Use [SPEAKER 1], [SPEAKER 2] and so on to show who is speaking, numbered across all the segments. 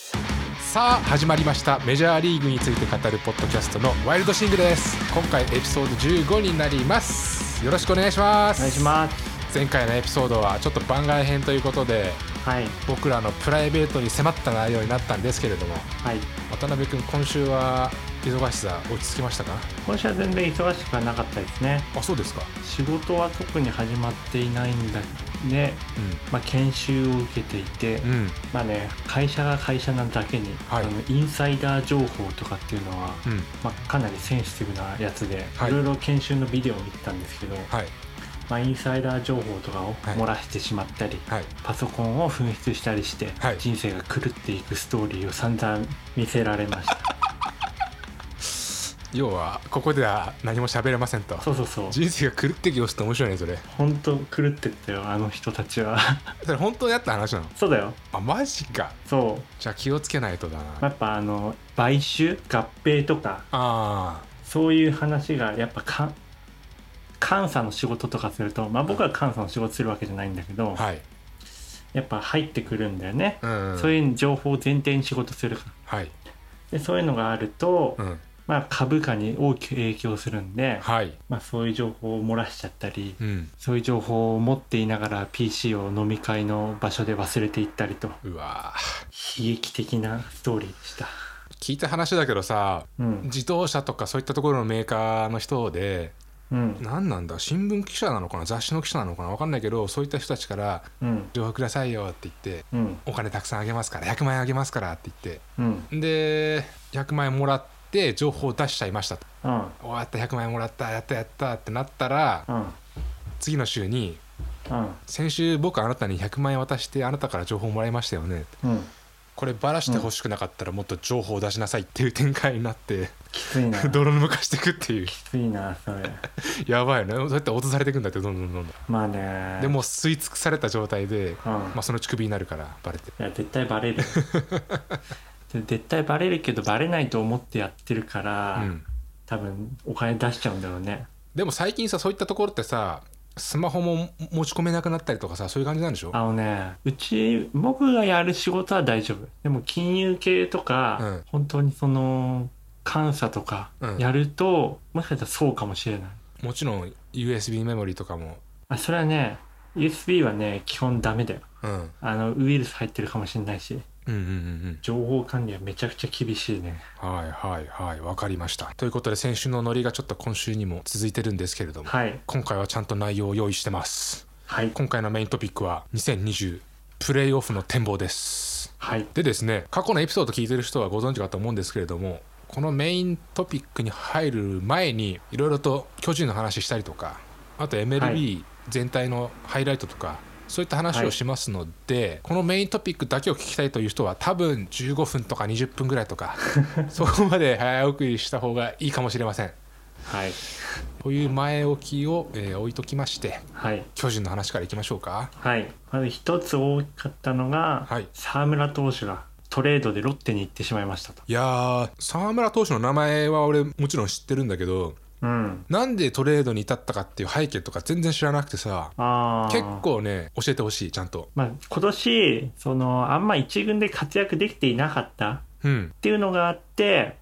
[SPEAKER 1] さあ始まりましたメジャーリーグについて語るポッドキャストのワイルドシングルです今回エピソード15になりますよろしくお願いします
[SPEAKER 2] お願いします
[SPEAKER 1] 前回のエピソードはちょっと番外編ということで
[SPEAKER 2] はい
[SPEAKER 1] 僕らのプライベートに迫った内容になったんですけれども
[SPEAKER 2] はい
[SPEAKER 1] 渡辺君今週は忙しさ落ち着きましたか
[SPEAKER 2] 今週は全然忙しくはなかったですね
[SPEAKER 1] あそうですか
[SPEAKER 2] 仕事は特に始まっていないんだねまあ、研修を受けていて、
[SPEAKER 1] うんうん
[SPEAKER 2] まあね、会社が会社なだけに、
[SPEAKER 1] はい
[SPEAKER 2] あのインサイダー情報とかっていうのは、
[SPEAKER 1] うん
[SPEAKER 2] まあ、かなりセンシティブなやつで、
[SPEAKER 1] はい
[SPEAKER 2] いろいろ研修のビデオを見てたんですけど、
[SPEAKER 1] はい
[SPEAKER 2] まあ、インサイダー情報とかを
[SPEAKER 1] はい
[SPEAKER 2] 漏らしてしまったり、
[SPEAKER 1] はい
[SPEAKER 2] パソコンを紛失したりして、
[SPEAKER 1] はい
[SPEAKER 2] 人生が狂っていくストーリーを散々見せられました
[SPEAKER 1] 要はここでは何も喋れませんと
[SPEAKER 2] そうそうそう
[SPEAKER 1] 人生が狂ってきよすって面白いねそれ
[SPEAKER 2] 本当狂ってったよあの人たちは
[SPEAKER 1] それ本当にあった話なの
[SPEAKER 2] そうだよ
[SPEAKER 1] あマジか
[SPEAKER 2] そう
[SPEAKER 1] じゃあ気をつけないとだな、
[SPEAKER 2] やっぱあの買収合併とか
[SPEAKER 1] あ
[SPEAKER 2] そういう話がやっぱか監査の仕事とかするとまあ僕は監査の仕事するわけじゃないんだけど、
[SPEAKER 1] あはい
[SPEAKER 2] やっぱ入ってくるんだよね、
[SPEAKER 1] うん、うん、
[SPEAKER 2] そういう情報を前提に仕事するから
[SPEAKER 1] はい、
[SPEAKER 2] でそういうのがあると、
[SPEAKER 1] うん、
[SPEAKER 2] まあ、株価に大きく影響するんで、
[SPEAKER 1] はい、
[SPEAKER 2] まあ、そういう情報を漏らしちゃったり、
[SPEAKER 1] うん、
[SPEAKER 2] そういう情報を持っていながら PC を飲み会の場所で忘れていったりと
[SPEAKER 1] うわー
[SPEAKER 2] 悲劇的なストーリーでした。
[SPEAKER 1] 聞いた話だけどさ
[SPEAKER 2] うん、
[SPEAKER 1] 自動車とかそういったところのメーカーの人で
[SPEAKER 2] うん、
[SPEAKER 1] 何なんだ新聞記者なのかな雑誌の記者なのかな分かんないけどそういった人たちから
[SPEAKER 2] うん
[SPEAKER 1] 「情報くださいよ」って言って
[SPEAKER 2] うん
[SPEAKER 1] 「お金たくさんあげますから100万円あげますから」って言っ
[SPEAKER 2] う
[SPEAKER 1] て
[SPEAKER 2] ん
[SPEAKER 1] で100万円もらって情報を出しちゃいましたと
[SPEAKER 2] うん
[SPEAKER 1] 「終わった100万円もらったやったやった」ってなったら
[SPEAKER 2] うん
[SPEAKER 1] 次の週に
[SPEAKER 2] うん
[SPEAKER 1] 「先週僕あなたに100万円渡してあなたから情報もらいましたよね」
[SPEAKER 2] うん
[SPEAKER 1] こればらしてほしくなかったらもっと情報を出しなさいっていう展開になって、
[SPEAKER 2] きついな
[SPEAKER 1] 泥沼化していくっていう
[SPEAKER 2] きついなそれ
[SPEAKER 1] やばいよねそうやって落とされていくんだってどんどんどんどん
[SPEAKER 2] まあね
[SPEAKER 1] でもう吸い尽くされた状態で、
[SPEAKER 2] うん、
[SPEAKER 1] まあ、その乳首になるからバレて
[SPEAKER 2] いや絶対バ レるで絶対バレるけどバレないと思ってやってるから、
[SPEAKER 1] うん
[SPEAKER 2] 多分お金出しちゃうんだろうね
[SPEAKER 1] でも最近さそういったところってさスマホも持ち込めなくなったりとかさそういう感じなんでしょ
[SPEAKER 2] あのねうち僕がやる仕事は大丈夫でも金融系とか、
[SPEAKER 1] うん
[SPEAKER 2] 本当にその監査とか
[SPEAKER 1] うん
[SPEAKER 2] やると、もしかしたらそうかもしれない
[SPEAKER 1] もちろん USB メモリーとかも
[SPEAKER 2] あそれはね USB はね基本ダメだよ
[SPEAKER 1] うん
[SPEAKER 2] あのウイルス入ってるかもしれないし
[SPEAKER 1] うんうんうん
[SPEAKER 2] 情報管理はめちゃくちゃ厳しいね
[SPEAKER 1] うんはいはいはいわかりましたということで先週のノリがちょっと今週にも続いてるんですけれども、
[SPEAKER 2] はい
[SPEAKER 1] 今回はちゃんと内容を用意してます
[SPEAKER 2] はい
[SPEAKER 1] 今回のメイントピックは2020プレイオフの展望です
[SPEAKER 2] はい
[SPEAKER 1] でですね過去のエピソード聞いてる人はご存知かと思うんですけれどもこのメイントピックに入る前にいろいろと巨人の話したりとかあと
[SPEAKER 2] は
[SPEAKER 1] MLB 全体のハイライトとか、そういった話をしますので、このメイントピックだけを聞きたいという人は多分15分とか20分ぐらいとかそこまで早送りした方がいいかもしれません
[SPEAKER 2] はい
[SPEAKER 1] という前置きを、えー置いときまして
[SPEAKER 2] はい
[SPEAKER 1] 巨人の話からいきましょうか
[SPEAKER 2] はいまず一つ大きかったのが、
[SPEAKER 1] はい
[SPEAKER 2] 沢村投手がトレードでロッテに行ってしまいましたと
[SPEAKER 1] いやー沢村投手の名前は俺もちろん知ってるんだけど
[SPEAKER 2] うん
[SPEAKER 1] なんでトレードに至ったかっていう背景とか全然知らなくてさ
[SPEAKER 2] ああ
[SPEAKER 1] 結構ね教えてほしいちゃんと
[SPEAKER 2] まあ今年そのあんま一軍で活躍できていなかったっ
[SPEAKER 1] うん
[SPEAKER 2] ていうのがあって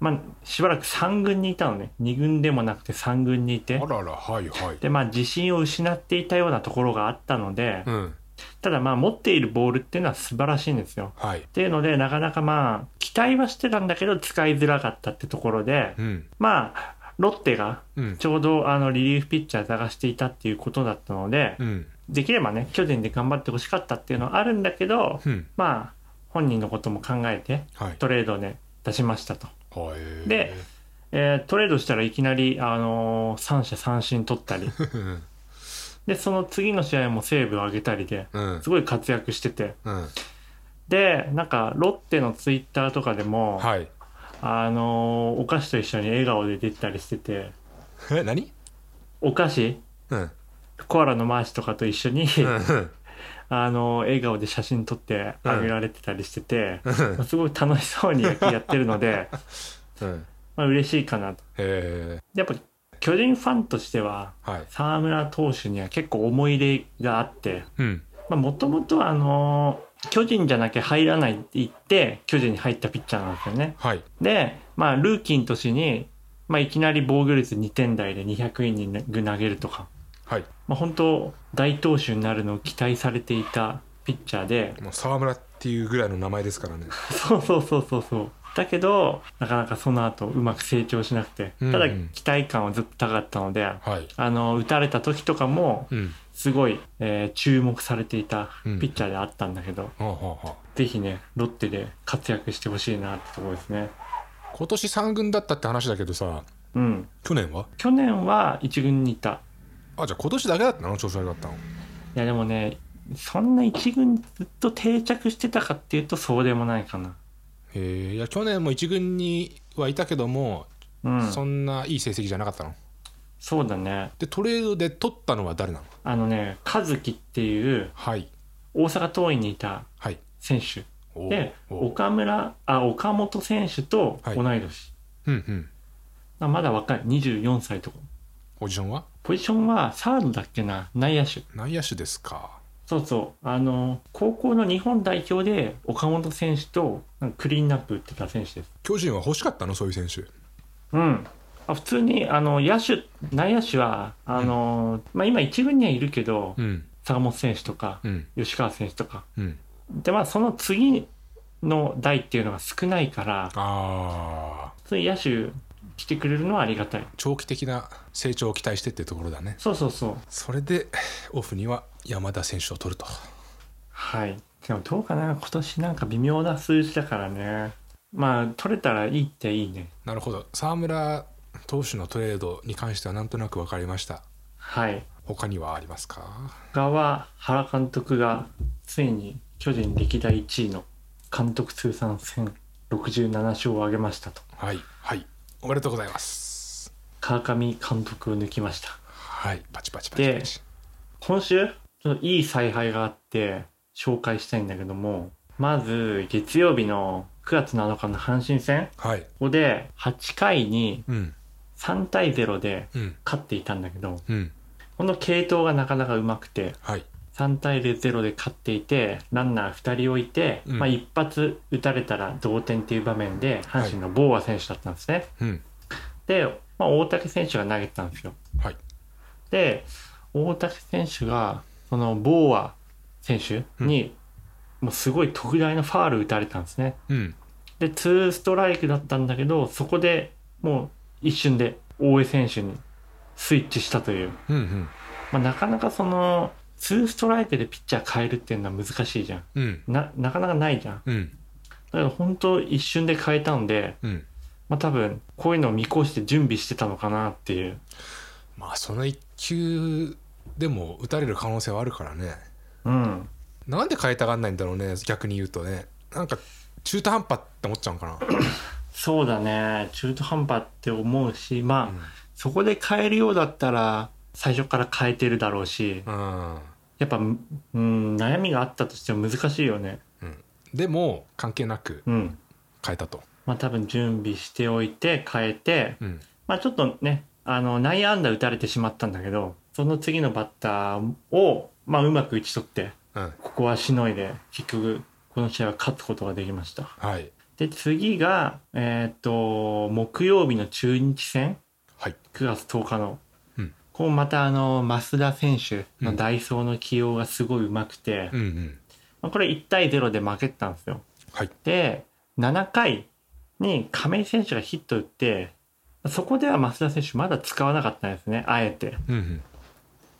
[SPEAKER 2] まあしばらく3軍にいたのね2軍でもなくて3軍にい
[SPEAKER 1] あ
[SPEAKER 2] て
[SPEAKER 1] ららはいはい
[SPEAKER 2] でまあ自信を失っていたようなところがあったので、
[SPEAKER 1] うん
[SPEAKER 2] ただまあ持っているボールっていうのは素晴らしいんですよ
[SPEAKER 1] はい
[SPEAKER 2] っていうのでなかなかまあ期待はしてたんだけど使いづらかったってところで、
[SPEAKER 1] うん
[SPEAKER 2] まあロッテが
[SPEAKER 1] うん
[SPEAKER 2] ちょうどあのリリーフピッチャー探していたっていうことだったので、
[SPEAKER 1] うん
[SPEAKER 2] できればね巨人で頑張ってほしかったっていうのはあるんだけど、
[SPEAKER 1] うん
[SPEAKER 2] まあ本人のことも考えて
[SPEAKER 1] はい
[SPEAKER 2] トレードで出しましたと、
[SPEAKER 1] はい
[SPEAKER 2] でえートレードしたらいきなり、あのー、3者三振取ったり
[SPEAKER 1] うん
[SPEAKER 2] でその次の試合もセーブを上げたりで
[SPEAKER 1] うん
[SPEAKER 2] すごい活躍してて
[SPEAKER 1] うん
[SPEAKER 2] でなんかロッテのツイッターとかでも、
[SPEAKER 1] はい
[SPEAKER 2] あのーお菓子と一緒に笑顔で出てたりしてて
[SPEAKER 1] え何
[SPEAKER 2] お菓子
[SPEAKER 1] うん
[SPEAKER 2] コアラのマーチとかと一緒に、
[SPEAKER 1] うんうん
[SPEAKER 2] あのー笑顔で写真撮ってあげられてたりしてて、
[SPEAKER 1] うん
[SPEAKER 2] まあすごい楽しそうに野球やってるの で
[SPEAKER 1] うん
[SPEAKER 2] まあ嬉しいかなと
[SPEAKER 1] へえ
[SPEAKER 2] やっぱ巨人ファンとしては
[SPEAKER 1] はい
[SPEAKER 2] 沢村投手には結構思い入れがあって
[SPEAKER 1] うん
[SPEAKER 2] もともとあのー巨人じゃなきゃ入らないって言って、巨人に入ったピッチャーなんですよね。
[SPEAKER 1] はい
[SPEAKER 2] で、まあ、ルーキーの年に、まあ、いきなり防御率2点台で200イニング投げるとか、
[SPEAKER 1] はい
[SPEAKER 2] まあ、本当大投手になるのを期待されていたピッチャーで、
[SPEAKER 1] もう沢村っていうぐらいの名前ですからね
[SPEAKER 2] そうそうそうそうそう。だけど、なかなかその後うまく成長しなくて、
[SPEAKER 1] うん
[SPEAKER 2] ただ期待感はずっと高かったので、
[SPEAKER 1] はい
[SPEAKER 2] あの、打たれた時とかも、
[SPEAKER 1] うん
[SPEAKER 2] すごい、えー注目されていた
[SPEAKER 1] うん
[SPEAKER 2] ピッチャーであったんだけど、
[SPEAKER 1] ほうほうほう
[SPEAKER 2] ぜひね、ロッテで活躍してほしいなってところですね。
[SPEAKER 1] 今年3軍だったって話だけどさ
[SPEAKER 2] うん。
[SPEAKER 1] 去年は
[SPEAKER 2] 去年は一軍にいた。
[SPEAKER 1] あじゃあ今年だけだったの調子悪かったの
[SPEAKER 2] いやでもね、そんな一軍にずっと定着してたかっていうとそうでもないかな。
[SPEAKER 1] えー、いや去年も一軍にはいたけども、
[SPEAKER 2] うん。
[SPEAKER 1] そんないい成績じゃなかったの
[SPEAKER 2] そうだね。
[SPEAKER 1] でトレードで取ったのは誰なの
[SPEAKER 2] あのね、和樹っていう
[SPEAKER 1] はい
[SPEAKER 2] 大阪桐蔭にいた
[SPEAKER 1] はい
[SPEAKER 2] 選手
[SPEAKER 1] お
[SPEAKER 2] で
[SPEAKER 1] お
[SPEAKER 2] 岡村あ岡本選手と
[SPEAKER 1] はい
[SPEAKER 2] 同い年、
[SPEAKER 1] うんうん
[SPEAKER 2] あまだ若い24歳とか
[SPEAKER 1] ポジションは
[SPEAKER 2] ポジションはサードだっけな内野手
[SPEAKER 1] 内野手ですか
[SPEAKER 2] そうそうあの高校の日本代表で岡本選手となんかクリーンナップ打ってた選手です
[SPEAKER 1] 巨人は欲しかったのそういう選手
[SPEAKER 2] うんあ普通にあの野手内野手はあの、まあ、今一軍にはいるけど
[SPEAKER 1] うん
[SPEAKER 2] 坂本選手とか
[SPEAKER 1] うん
[SPEAKER 2] 吉川選手とか
[SPEAKER 1] うん
[SPEAKER 2] でまあその次の代っていうのが少ないから
[SPEAKER 1] あー
[SPEAKER 2] 普通に野手来てくれるのはありがたい
[SPEAKER 1] 長期的な成長を期待してってところだね
[SPEAKER 2] そうそうそう
[SPEAKER 1] それでオフには山田選手を取ると
[SPEAKER 2] はい。でもどうかな今年なんか微妙な数字だからね。まあ、取れたらいいっていいね。
[SPEAKER 1] なるほど沢村投手のトレードに関してはなんとなく分かりました
[SPEAKER 2] はい。
[SPEAKER 1] 他にはありますか
[SPEAKER 2] 他は原監督がついに巨人歴代1位の監督通算1067勝を挙げましたと。
[SPEAKER 1] はいはいおめでとうございます
[SPEAKER 2] 川上監督を抜きました。
[SPEAKER 1] はいパチパチパチパチ
[SPEAKER 2] 今週、ちょっといい采配があって紹介したいんだけども、まず月曜日の9月7日の阪神戦
[SPEAKER 1] はい
[SPEAKER 2] ここで8回に
[SPEAKER 1] うん
[SPEAKER 2] 3対0で
[SPEAKER 1] うん
[SPEAKER 2] 勝っていたんだけど、
[SPEAKER 1] うん
[SPEAKER 2] この系統がなかなかうまくて、
[SPEAKER 1] はい
[SPEAKER 2] 3対0で勝っていて、ランナー2人置いて、
[SPEAKER 1] うん
[SPEAKER 2] まあ一発打たれたら同点っていう場面で、阪神のボーア選手だったんですね。
[SPEAKER 1] うん
[SPEAKER 2] で、まあ、大竹選手が投げてたんですよ。
[SPEAKER 1] はい
[SPEAKER 2] で、大竹選手が、そのボーア選手に、もうすごい特大のファール打たれたんですね。
[SPEAKER 1] うん
[SPEAKER 2] で、2ストライクだったんだけど、そこでもう一瞬で大江選手にスイッチしたという。
[SPEAKER 1] うんうん
[SPEAKER 2] まあ、なかなかその2ストライクでピッチャー変えるっていうのは難しいじゃん
[SPEAKER 1] うん
[SPEAKER 2] ななかなかないじゃんだ
[SPEAKER 1] うん
[SPEAKER 2] けど本当一瞬で変えたので、
[SPEAKER 1] うん
[SPEAKER 2] まあ、多分こういうのを見越して準備してたのかなっていう
[SPEAKER 1] まあその一球でも打たれる可能性はあるからね
[SPEAKER 2] うん
[SPEAKER 1] なんで変えたがんないんだろうね逆に言うとねなんか中途半端って思っちゃうんかな
[SPEAKER 2] そうだね中途半端って思うしまあ、
[SPEAKER 1] うん
[SPEAKER 2] そこで変えるようだったら最初から変えてるだろうし
[SPEAKER 1] うん
[SPEAKER 2] やっぱうん悩みがあったとしても難しいよね
[SPEAKER 1] でも関係なく
[SPEAKER 2] うん
[SPEAKER 1] 変えたと
[SPEAKER 2] まあ多分準備しておいて変えて
[SPEAKER 1] うん
[SPEAKER 2] まあちょっとね、あの、内野安打打たれてしまったんだけど、その次のバッターを、まあうまく打ち取って、
[SPEAKER 1] うん
[SPEAKER 2] ここはしのいで、結局、この試合は勝つことができました。
[SPEAKER 1] はい
[SPEAKER 2] で、次が、えーっと、木曜日の中日戦、
[SPEAKER 1] はい
[SPEAKER 2] 9月10日の。
[SPEAKER 1] うん
[SPEAKER 2] こうまたあの、増田選手のダイソーの起用がすごいうまくて、
[SPEAKER 1] うんうん
[SPEAKER 2] まあこれ1対0で負けてたんですよ。
[SPEAKER 1] はい
[SPEAKER 2] で、7回に亀井選手がヒット打って、そこでは増田選手まだ使わなかったんですね、あえて。
[SPEAKER 1] うんうん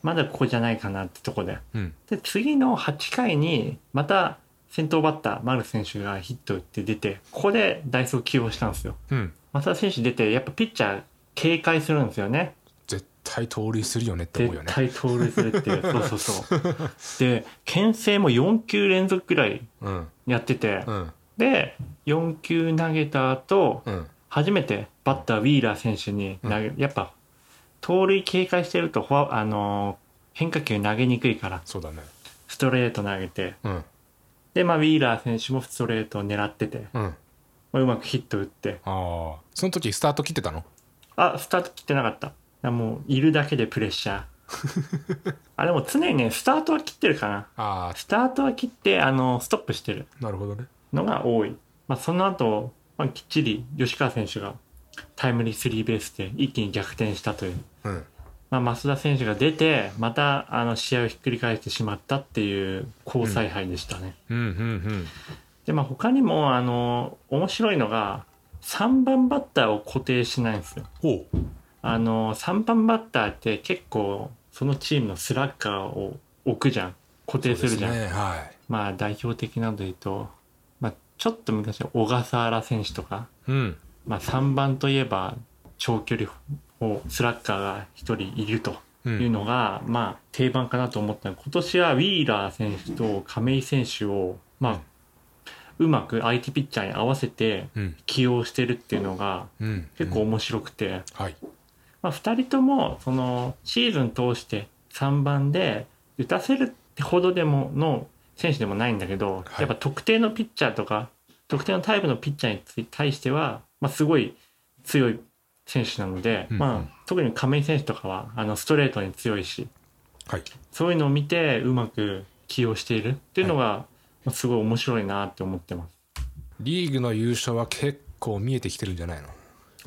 [SPEAKER 2] まだここじゃないかなってとこで。
[SPEAKER 1] うん
[SPEAKER 2] で、次の8回に、また先頭バッター、丸選手がヒット打って出て、ここでダイソー起用したんですよ。
[SPEAKER 1] うん
[SPEAKER 2] 増田選手出て、やっぱピッチャー警戒するんですよね。
[SPEAKER 1] 絶対盗塁するよねって思う
[SPEAKER 2] 絶
[SPEAKER 1] よね
[SPEAKER 2] 対盗塁するっ ていう。そうそうそう。で、牽制も4球連続くらい
[SPEAKER 1] うん
[SPEAKER 2] やってて、
[SPEAKER 1] うん
[SPEAKER 2] で、4球投げた後、
[SPEAKER 1] うん
[SPEAKER 2] 初めてバッターウィーラー選手に投げ、やっぱ盗塁警戒してるとフォアあのー変化球投げにくいから
[SPEAKER 1] そうだね
[SPEAKER 2] ストレート投げて
[SPEAKER 1] うん
[SPEAKER 2] で、まあ、ウィーラー選手もストレートを狙ってて、
[SPEAKER 1] うんあ
[SPEAKER 2] まあうまくヒット打って
[SPEAKER 1] あその時スタート切ってたの
[SPEAKER 2] あスタート切ってなかったあもういるだけでプレッシャー あ、でも常にね、スタートは切ってるかな。
[SPEAKER 1] あ
[SPEAKER 2] スタートは切って、あの、ストップしてる
[SPEAKER 1] あなるほどね
[SPEAKER 2] のが多い。まあ、その後、まあ、きっちり吉川選手がタイムリースリーベースで一気に逆転したという。
[SPEAKER 1] うん
[SPEAKER 2] まあ、増田選手が出て、また、あの、試合をひっくり返してしまったっていう、好采配でしたね。
[SPEAKER 1] うんうん
[SPEAKER 2] で、まあ、他にも、あの、面白いのが、3番バッターを固定しないんですよ。
[SPEAKER 1] うんおう
[SPEAKER 2] あの、3番バッターって結構、そのチームのスラッガーを置くじゃん。固定するじゃん。
[SPEAKER 1] そうですねはい
[SPEAKER 2] まあ、代表的なので言うと、まあ、ちょっと昔の小笠原選手とか、
[SPEAKER 1] うん
[SPEAKER 2] まあ、3番といえば、長距離を、スラッガーが1人いると
[SPEAKER 1] う
[SPEAKER 2] いうんのが、まあ、定番かなと思ったので今年はウィーラー選手と亀井選手を、まあ、うまく相手ピッチャーに合わせて
[SPEAKER 1] うん
[SPEAKER 2] 起用してるっていうのが、
[SPEAKER 1] うん
[SPEAKER 2] 結構面白くて、
[SPEAKER 1] はい
[SPEAKER 2] まあ、2人ともそのシーズン通して3番で打たせるってほどでもの選手でもないんだけど、
[SPEAKER 1] はい
[SPEAKER 2] やっぱ特定のピッチャーとか特定のタイプのピッチャーについ対しては、まあ、すごい強い選手なので、
[SPEAKER 1] うんうん
[SPEAKER 2] まあ、特に亀井選手とかはあのストレートに強いし
[SPEAKER 1] はい
[SPEAKER 2] そういうのを見てうまく起用しているっていうのが、まあすごい面白いなって思ってます。
[SPEAKER 1] リーグの優勝は結構見えてきてるんじゃないの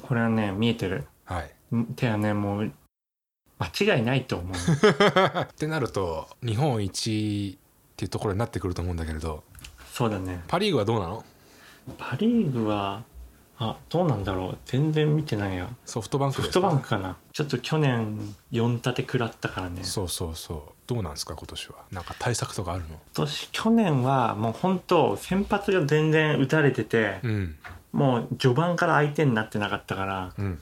[SPEAKER 2] これはね見えてる
[SPEAKER 1] はい
[SPEAKER 2] 手はねもう間違いないと思 う。
[SPEAKER 1] ってなると日本一っていうところになってくると思うんだけれど
[SPEAKER 2] そうだね
[SPEAKER 1] パ・リーグはどうなの
[SPEAKER 2] パ・リーグはあどうなんだろう全然見てないや
[SPEAKER 1] ソフトバンク
[SPEAKER 2] ソ
[SPEAKER 1] です
[SPEAKER 2] フ
[SPEAKER 1] か
[SPEAKER 2] トバンクかなちょっと去年4立て食らったからね今
[SPEAKER 1] そうそうそうどうなんですか今年はなんか対策とかあるの
[SPEAKER 2] 年去年はもう本当先発が全然打たれてて、
[SPEAKER 1] うん
[SPEAKER 2] もう序盤から相手になってなかったから
[SPEAKER 1] うん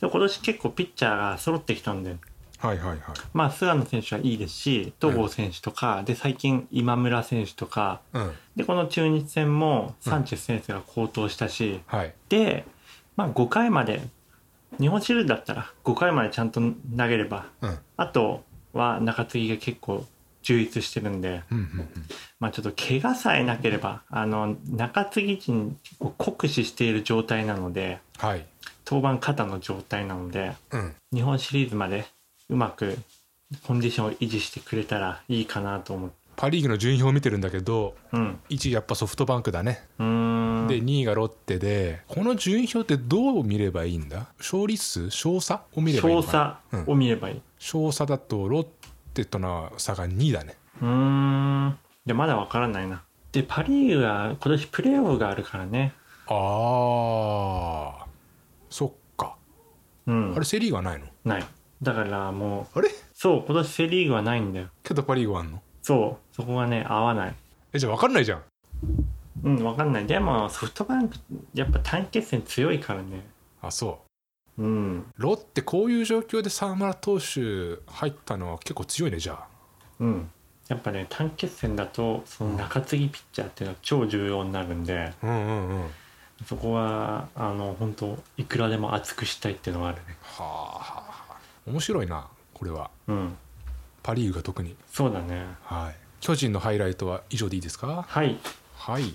[SPEAKER 2] でも今年結構ピッチャーが揃ってきたんで
[SPEAKER 1] はいはいはい
[SPEAKER 2] まあ菅野選手はいいですし戸郷選手とか、で最近今村選手とか
[SPEAKER 1] うん
[SPEAKER 2] でこの中日戦もサンチェス選手が好投したし、
[SPEAKER 1] はい
[SPEAKER 2] で、まあ、5回まで日本シリーズだったら5回までちゃんと投げれば
[SPEAKER 1] うん
[SPEAKER 2] あとは中継ぎが結構充実してるんで、
[SPEAKER 1] うんうん
[SPEAKER 2] まあ、ちょっと怪我さえなければあの中継ぎ陣結構酷使している状態なので
[SPEAKER 1] はい
[SPEAKER 2] 登板肩の状態なので
[SPEAKER 1] うん
[SPEAKER 2] 日本シリーズまでうまくコンディションを維持してくれたらいいかなと思う。
[SPEAKER 1] パ・リーグの順位表を見てるんだけど
[SPEAKER 2] うん、
[SPEAKER 1] 1位やっぱソフトバンクだね
[SPEAKER 2] うーん
[SPEAKER 1] で2位がロッテでこの順位表ってどう見ればいいんだ勝率数勝差を見ればいいの
[SPEAKER 2] 調
[SPEAKER 1] かな
[SPEAKER 2] 査を見ればいい。
[SPEAKER 1] 勝差だとロッテとの差が2だね
[SPEAKER 2] うーん。で、まだわからないな。で、パ・リーグは今年プレーオフがあるからね。
[SPEAKER 1] ああそっか
[SPEAKER 2] うん。
[SPEAKER 1] あれセ・リーグはないの
[SPEAKER 2] ない。だからも
[SPEAKER 1] あれ
[SPEAKER 2] う、そう、今年セ・リーグはないんだよ。
[SPEAKER 1] けどパ・リーグはあんの
[SPEAKER 2] そう、そこがね、合わない。
[SPEAKER 1] えじゃあ分かんないじゃん
[SPEAKER 2] うん、わかんない。でも、ソフトバンク、やっぱ短期決戦強いからね。
[SPEAKER 1] あそう
[SPEAKER 2] うん。
[SPEAKER 1] ロッテこういう状況で沢村投手入ったのは結構強いねじゃあ
[SPEAKER 2] うん。やっぱね、短期決戦だと、その中継ぎピッチャーっていうのは超重要になるんで、
[SPEAKER 1] うんうんうんは
[SPEAKER 2] そこは、あの、本当いくらでも熱くしたいっていうのがあるね。
[SPEAKER 1] あはあ面白いなこれは
[SPEAKER 2] うん。
[SPEAKER 1] パ・リーグが特に
[SPEAKER 2] そうだね。
[SPEAKER 1] はい巨人のハイライトは以上でいいですか
[SPEAKER 2] はい。
[SPEAKER 1] はい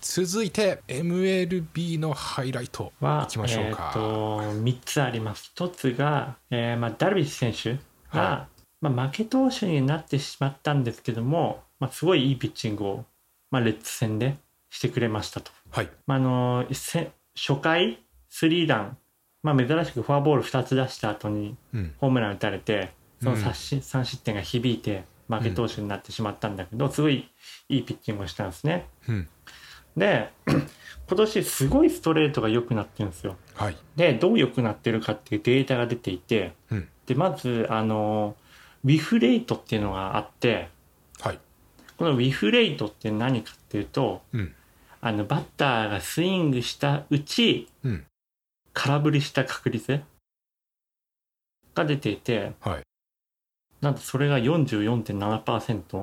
[SPEAKER 1] 続いて MLB のハイライト
[SPEAKER 2] は、
[SPEAKER 1] いきましょうか
[SPEAKER 2] えー、と3つあります。1つが、えーまあ、ダルビッシュ選手が、
[SPEAKER 1] は
[SPEAKER 2] まあ、負け投手になってしまったんですけども、まあ、すごいいいピッチングを、まあ、レッツ戦でしてくれましたと。
[SPEAKER 1] はい
[SPEAKER 2] まあ、あの一戦初回スリーラン、まあ、珍しくフォアボール2つ出した後に
[SPEAKER 1] うん
[SPEAKER 2] ホームラン打たれてその
[SPEAKER 1] うん
[SPEAKER 2] 三振三失点が響いて負け投手になってしまったんだけど、すごいいいピッチングをしたんですね。
[SPEAKER 1] うん
[SPEAKER 2] で 今年すごいストレートが良くなってるんですよ。
[SPEAKER 1] はい
[SPEAKER 2] でどう良くなってるかっていうデータが出ていて
[SPEAKER 1] うん
[SPEAKER 2] でまずあのウィフレートっていうのがあって
[SPEAKER 1] はい
[SPEAKER 2] このウィフレートって何かっていうと
[SPEAKER 1] うん
[SPEAKER 2] あのバッターがスイングしたうち
[SPEAKER 1] うん
[SPEAKER 2] 空振りした確率が出ていて
[SPEAKER 1] はい
[SPEAKER 2] なんとそれが 44.7%50%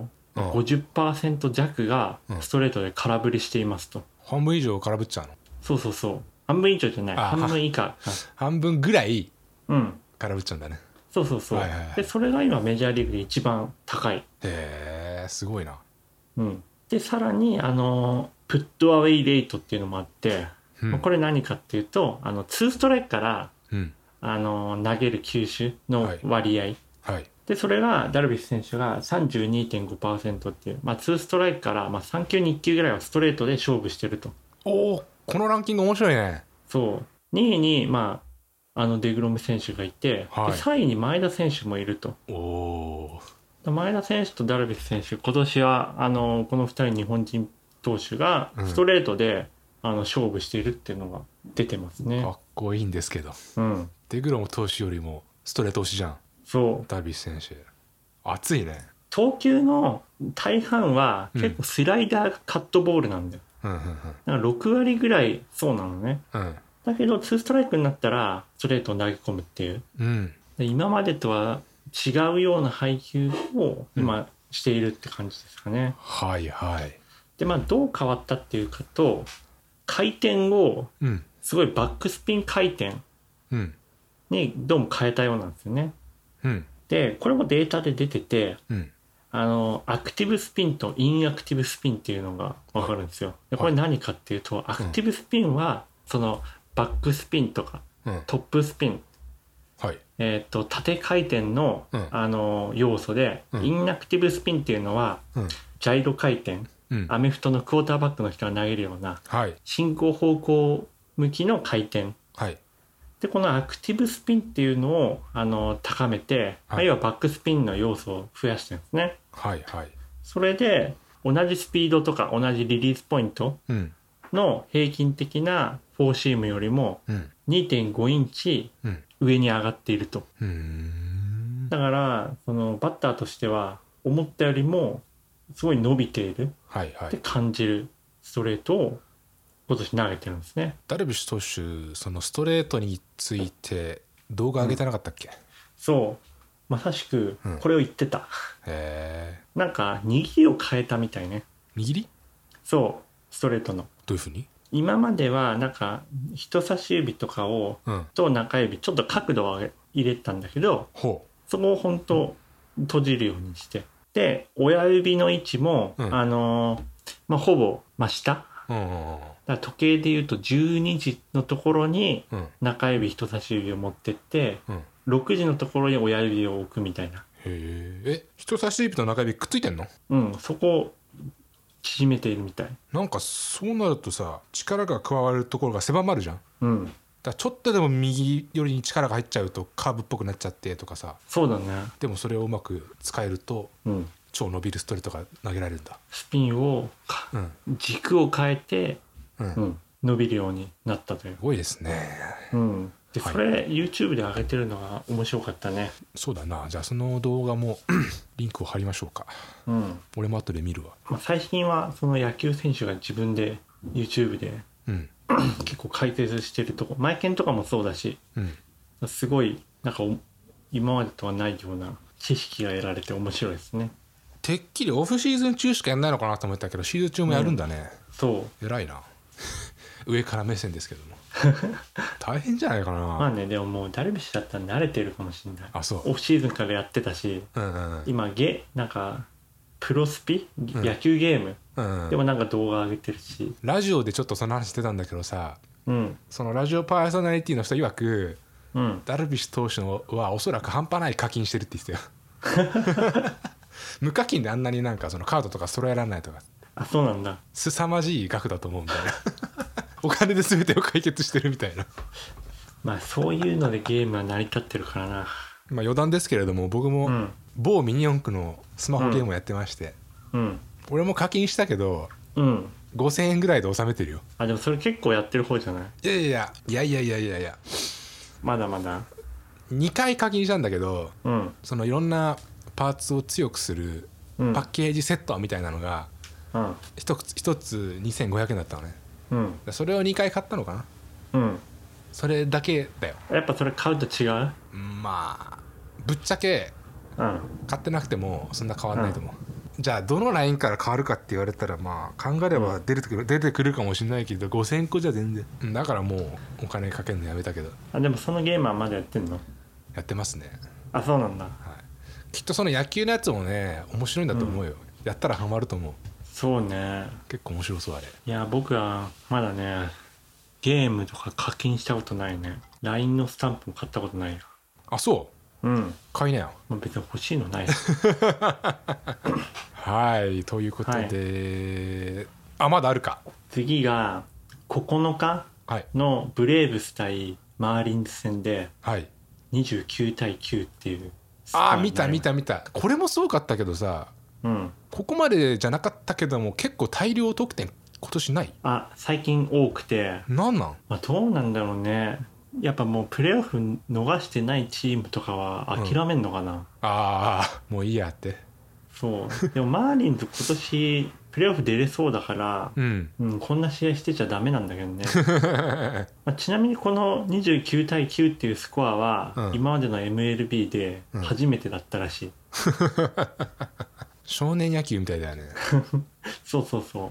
[SPEAKER 1] うん
[SPEAKER 2] 弱が
[SPEAKER 1] うん
[SPEAKER 2] ストレートで空振りしていますと、
[SPEAKER 1] 半分以上空振っちゃうの
[SPEAKER 2] そうそうそう半分以上じゃない
[SPEAKER 1] あ
[SPEAKER 2] 半分以下
[SPEAKER 1] 半分ぐらい
[SPEAKER 2] うん
[SPEAKER 1] 空振っちゃうんだね
[SPEAKER 2] そうそうそう、
[SPEAKER 1] はいはいはい
[SPEAKER 2] でそれが今メジャーリーグで一番高い、
[SPEAKER 1] へえすごいな
[SPEAKER 2] うん、でさらにあのプットアウェイレートっていうのもあって、
[SPEAKER 1] うん
[SPEAKER 2] まあこれ何かっていうとあの2ストライクから
[SPEAKER 1] うん
[SPEAKER 2] あの投げる球種の割合
[SPEAKER 1] はい
[SPEAKER 2] で、それがダルビッシュ選手が32.5%っていう、まあ、2ストライクから、まあ、3球に1球ぐらいはストレートで勝負してると。
[SPEAKER 1] おおこのランキング面白いね
[SPEAKER 2] そう。2位に、まあ、あのデグロム選手がいて、
[SPEAKER 1] はい
[SPEAKER 2] で3位に前田選手もいると。
[SPEAKER 1] おお
[SPEAKER 2] 前田選手とダルビッシュ選手、今年は、あの、この2人日本人投手が
[SPEAKER 1] うん
[SPEAKER 2] ストレートで、あの、勝負しているっていうのが出てますね
[SPEAKER 1] か。っこいいんですけど
[SPEAKER 2] うん。
[SPEAKER 1] デグロム投手よりもストレート推しじゃん
[SPEAKER 2] そう。
[SPEAKER 1] ダルビッシュ選手熱いね
[SPEAKER 2] 投球の大半は
[SPEAKER 1] うん
[SPEAKER 2] 結構スライダーがカットボールなんだよ。
[SPEAKER 1] うんうん
[SPEAKER 2] なんか6割ぐらいそうなのね。
[SPEAKER 1] うんうん
[SPEAKER 2] だけど、2ストライクになったら、ストレートを投げ込むっていう。
[SPEAKER 1] うん
[SPEAKER 2] で今までとは違うような配球を今しているって感じですかね。
[SPEAKER 1] はいはい
[SPEAKER 2] で、まあ、どう変わったっていうかと、回転を
[SPEAKER 1] うん
[SPEAKER 2] すごいバックスピン回転
[SPEAKER 1] うん
[SPEAKER 2] にどうも変えたようなんですよね。
[SPEAKER 1] うん
[SPEAKER 2] で、これもデータで出てて、
[SPEAKER 1] うん
[SPEAKER 2] あの、アクティブスピンとインアクティブスピンっていうのがわかるんですよ。で、これ何かっていうと、アクティブスピンは、その、バックスピンとか、
[SPEAKER 1] うん
[SPEAKER 2] トップスピン、
[SPEAKER 1] はい
[SPEAKER 2] えっ、と、縦回転の、
[SPEAKER 1] うん
[SPEAKER 2] あの、要素で、
[SPEAKER 1] うん
[SPEAKER 2] インアクティブスピンっていうのは、
[SPEAKER 1] うん
[SPEAKER 2] ジャイロ回転、
[SPEAKER 1] うん
[SPEAKER 2] アメフトのクォーターバックの人が投げるような、
[SPEAKER 1] はい
[SPEAKER 2] 進行方向向きの回転。
[SPEAKER 1] はい
[SPEAKER 2] で、このアクティブスピンっていうのを、あの、高めて、
[SPEAKER 1] はい
[SPEAKER 2] あるいはバックスピンの要素を増やしてるんですね。
[SPEAKER 1] はいはい
[SPEAKER 2] それで、同じスピードとか同じリリースポイント
[SPEAKER 1] うん
[SPEAKER 2] の平均的なフォーシームよりも
[SPEAKER 1] うん
[SPEAKER 2] 2.5インチ
[SPEAKER 1] うん
[SPEAKER 2] 上に上がっていると。
[SPEAKER 1] うーん
[SPEAKER 2] だから、そのバッターとしては、思ったよりも、すごい伸びている
[SPEAKER 1] はいは
[SPEAKER 2] って
[SPEAKER 1] い
[SPEAKER 2] 感じるストレートを今年投げてるんですね。
[SPEAKER 1] ダルビッシュ投手そのストレートについて動画上げてなかったっけ、
[SPEAKER 2] そう。まさしく
[SPEAKER 1] うん、
[SPEAKER 2] これを言ってた。
[SPEAKER 1] え
[SPEAKER 2] なんか、握りを変えたみたいね。
[SPEAKER 1] ー、握り
[SPEAKER 2] そう。ストレートの。
[SPEAKER 1] どういうふうに
[SPEAKER 2] 今までは、なんか、人差し指とかを、
[SPEAKER 1] うん
[SPEAKER 2] と中指、ちょっと角度を上げ入れてたんだけど、
[SPEAKER 1] ほ
[SPEAKER 2] そこを本当閉じるようにして。で、親指の位置も、
[SPEAKER 1] うん
[SPEAKER 2] あのーまあ、ほぼ真下。
[SPEAKER 1] ううんうん
[SPEAKER 2] だから時計で言うと12時のところに
[SPEAKER 1] うん
[SPEAKER 2] 中指人差し指を持ってって
[SPEAKER 1] うん
[SPEAKER 2] 6時のところに親指を置くみたいな
[SPEAKER 1] へーえ人差し指と中指くっついてんの
[SPEAKER 2] うんそこを縮めているみたい
[SPEAKER 1] なんかそうなるとさ力が加わるところが狭まるじゃんだか
[SPEAKER 2] うん
[SPEAKER 1] らちょっとでも右寄りに力が入っちゃうとカーブっぽくなっちゃってとかさ
[SPEAKER 2] そうだね
[SPEAKER 1] でもそれをうまく使えると
[SPEAKER 2] うん
[SPEAKER 1] 超伸びるストレートが投げられるんだ
[SPEAKER 2] スピンをか
[SPEAKER 1] うん
[SPEAKER 2] 軸を変えて、
[SPEAKER 1] うん、
[SPEAKER 2] う
[SPEAKER 1] す
[SPEAKER 2] ん、伸びるようになったという、
[SPEAKER 1] ごいですね
[SPEAKER 2] うん、で
[SPEAKER 1] はい
[SPEAKER 2] それ YouTube で上げてるのが面白かったね
[SPEAKER 1] そうだなじゃあその動画も リンクを貼りましょうか
[SPEAKER 2] うん、
[SPEAKER 1] 俺も後で見るわ
[SPEAKER 2] まあ、最近はその野球選手が自分で YouTube で
[SPEAKER 1] うん
[SPEAKER 2] 結構解説してるとこマイケンとかもそうだし
[SPEAKER 1] うん
[SPEAKER 2] すごいなんかお今までとはないような知識が得られて面白いですね
[SPEAKER 1] てっきりオフシーズン中しかやんないのかなと思ったけどシーズン中もやるんだね、
[SPEAKER 2] そう
[SPEAKER 1] 偉いな 上から目線ですけど も大変じゃないかな、
[SPEAKER 2] まあねでももうダルビッシュだったら慣れてるかもしれない
[SPEAKER 1] あそう
[SPEAKER 2] オフシーズンからやってたし
[SPEAKER 1] うんうんうん
[SPEAKER 2] 今ゲなんかプロスピ、
[SPEAKER 1] ん
[SPEAKER 2] 野球ゲーム
[SPEAKER 1] うん
[SPEAKER 2] でもなんか動画上げてるし
[SPEAKER 1] ラジオでちょっとその話してたんだけどさ
[SPEAKER 2] うん
[SPEAKER 1] そのラジオパーソナリティの人曰く
[SPEAKER 2] うん
[SPEAKER 1] ダルビッシュ投手のはおそらく半端ない課金してるって言ってた よ無課金であんなになんかそのカードとか揃えられないとか
[SPEAKER 2] あそうなんだ
[SPEAKER 1] 凄まじい額だと思うんだ よねお金で全てを解決してるみたいな
[SPEAKER 2] まあそういうのでゲームは成り立ってるからな
[SPEAKER 1] まあ余談ですけれども僕
[SPEAKER 2] う
[SPEAKER 1] も
[SPEAKER 2] ん
[SPEAKER 1] 某ミニ四駆のスマホゲームをやってまして、
[SPEAKER 2] うん
[SPEAKER 1] 俺も課金したけど
[SPEAKER 2] うん
[SPEAKER 1] 5000円ぐらいで収めてるよ
[SPEAKER 2] あでもそれ結構やってる方じゃない
[SPEAKER 1] いやいやいやいやいやいやいやいや
[SPEAKER 2] まだまだ
[SPEAKER 1] 2回課金したんだけど
[SPEAKER 2] うん
[SPEAKER 1] そのいろんなパーツを強くする
[SPEAKER 2] うん
[SPEAKER 1] パッケージセットみたいなのが
[SPEAKER 2] うん
[SPEAKER 1] 一つ一つ2500円だったのね
[SPEAKER 2] うん
[SPEAKER 1] でそれを2回買ったのかな
[SPEAKER 2] うん
[SPEAKER 1] それだけだよ
[SPEAKER 2] やっぱそれ買うと違う
[SPEAKER 1] まあぶっちゃけ
[SPEAKER 2] うん
[SPEAKER 1] 買ってなくてもそんな変わんないと思う、じゃあどのラインから変わるかって言われたらまあ考えれば出てくる、出てくるかもしれないけど5000個じゃ全然うんだからもうお金かけるのやめたけど
[SPEAKER 2] あでもそのゲームはまだやってんの
[SPEAKER 1] やってますね
[SPEAKER 2] あそうなんだ
[SPEAKER 1] きっとその野球のやつもね面白いんだと思うよ、やったらハマると思う
[SPEAKER 2] そうね
[SPEAKER 1] 結構面白そうあれ
[SPEAKER 2] いや僕はまだねゲームとか課金したことないね LINE のスタンプも買ったことないよ
[SPEAKER 1] あそ
[SPEAKER 2] うん。
[SPEAKER 1] 買いなよ
[SPEAKER 2] まあ、別に欲しいのないです。
[SPEAKER 1] はいということで、あまだあるか
[SPEAKER 2] 次が、9日
[SPEAKER 1] はい
[SPEAKER 2] のブレーブス対マーリンズ戦で
[SPEAKER 1] はい
[SPEAKER 2] 29対9っていう。
[SPEAKER 1] あー見た見。た見たこれもすごかったけどさ
[SPEAKER 2] うん。
[SPEAKER 1] ここまでじゃなかったけども結構大量得点今年ない
[SPEAKER 2] あ、最近多くて、
[SPEAKER 1] なんなん
[SPEAKER 2] まあ、どうなんだろうね。やっぱもうプレーオフ逃してないチームとかは諦めんのかな、
[SPEAKER 1] ああもういいやって
[SPEAKER 2] そう。でもマーリンズ今年プレーオフ出れそうだから、
[SPEAKER 1] うん
[SPEAKER 2] うん、こんな試合してちゃダメなんだけ どね。まあ、ちなみにこの29対9っていうスコア
[SPEAKER 1] う
[SPEAKER 2] は
[SPEAKER 1] ん
[SPEAKER 2] 今までの MLB で初めてだったらしい、
[SPEAKER 1] 少年野球みたいだよね
[SPEAKER 2] そうそうそ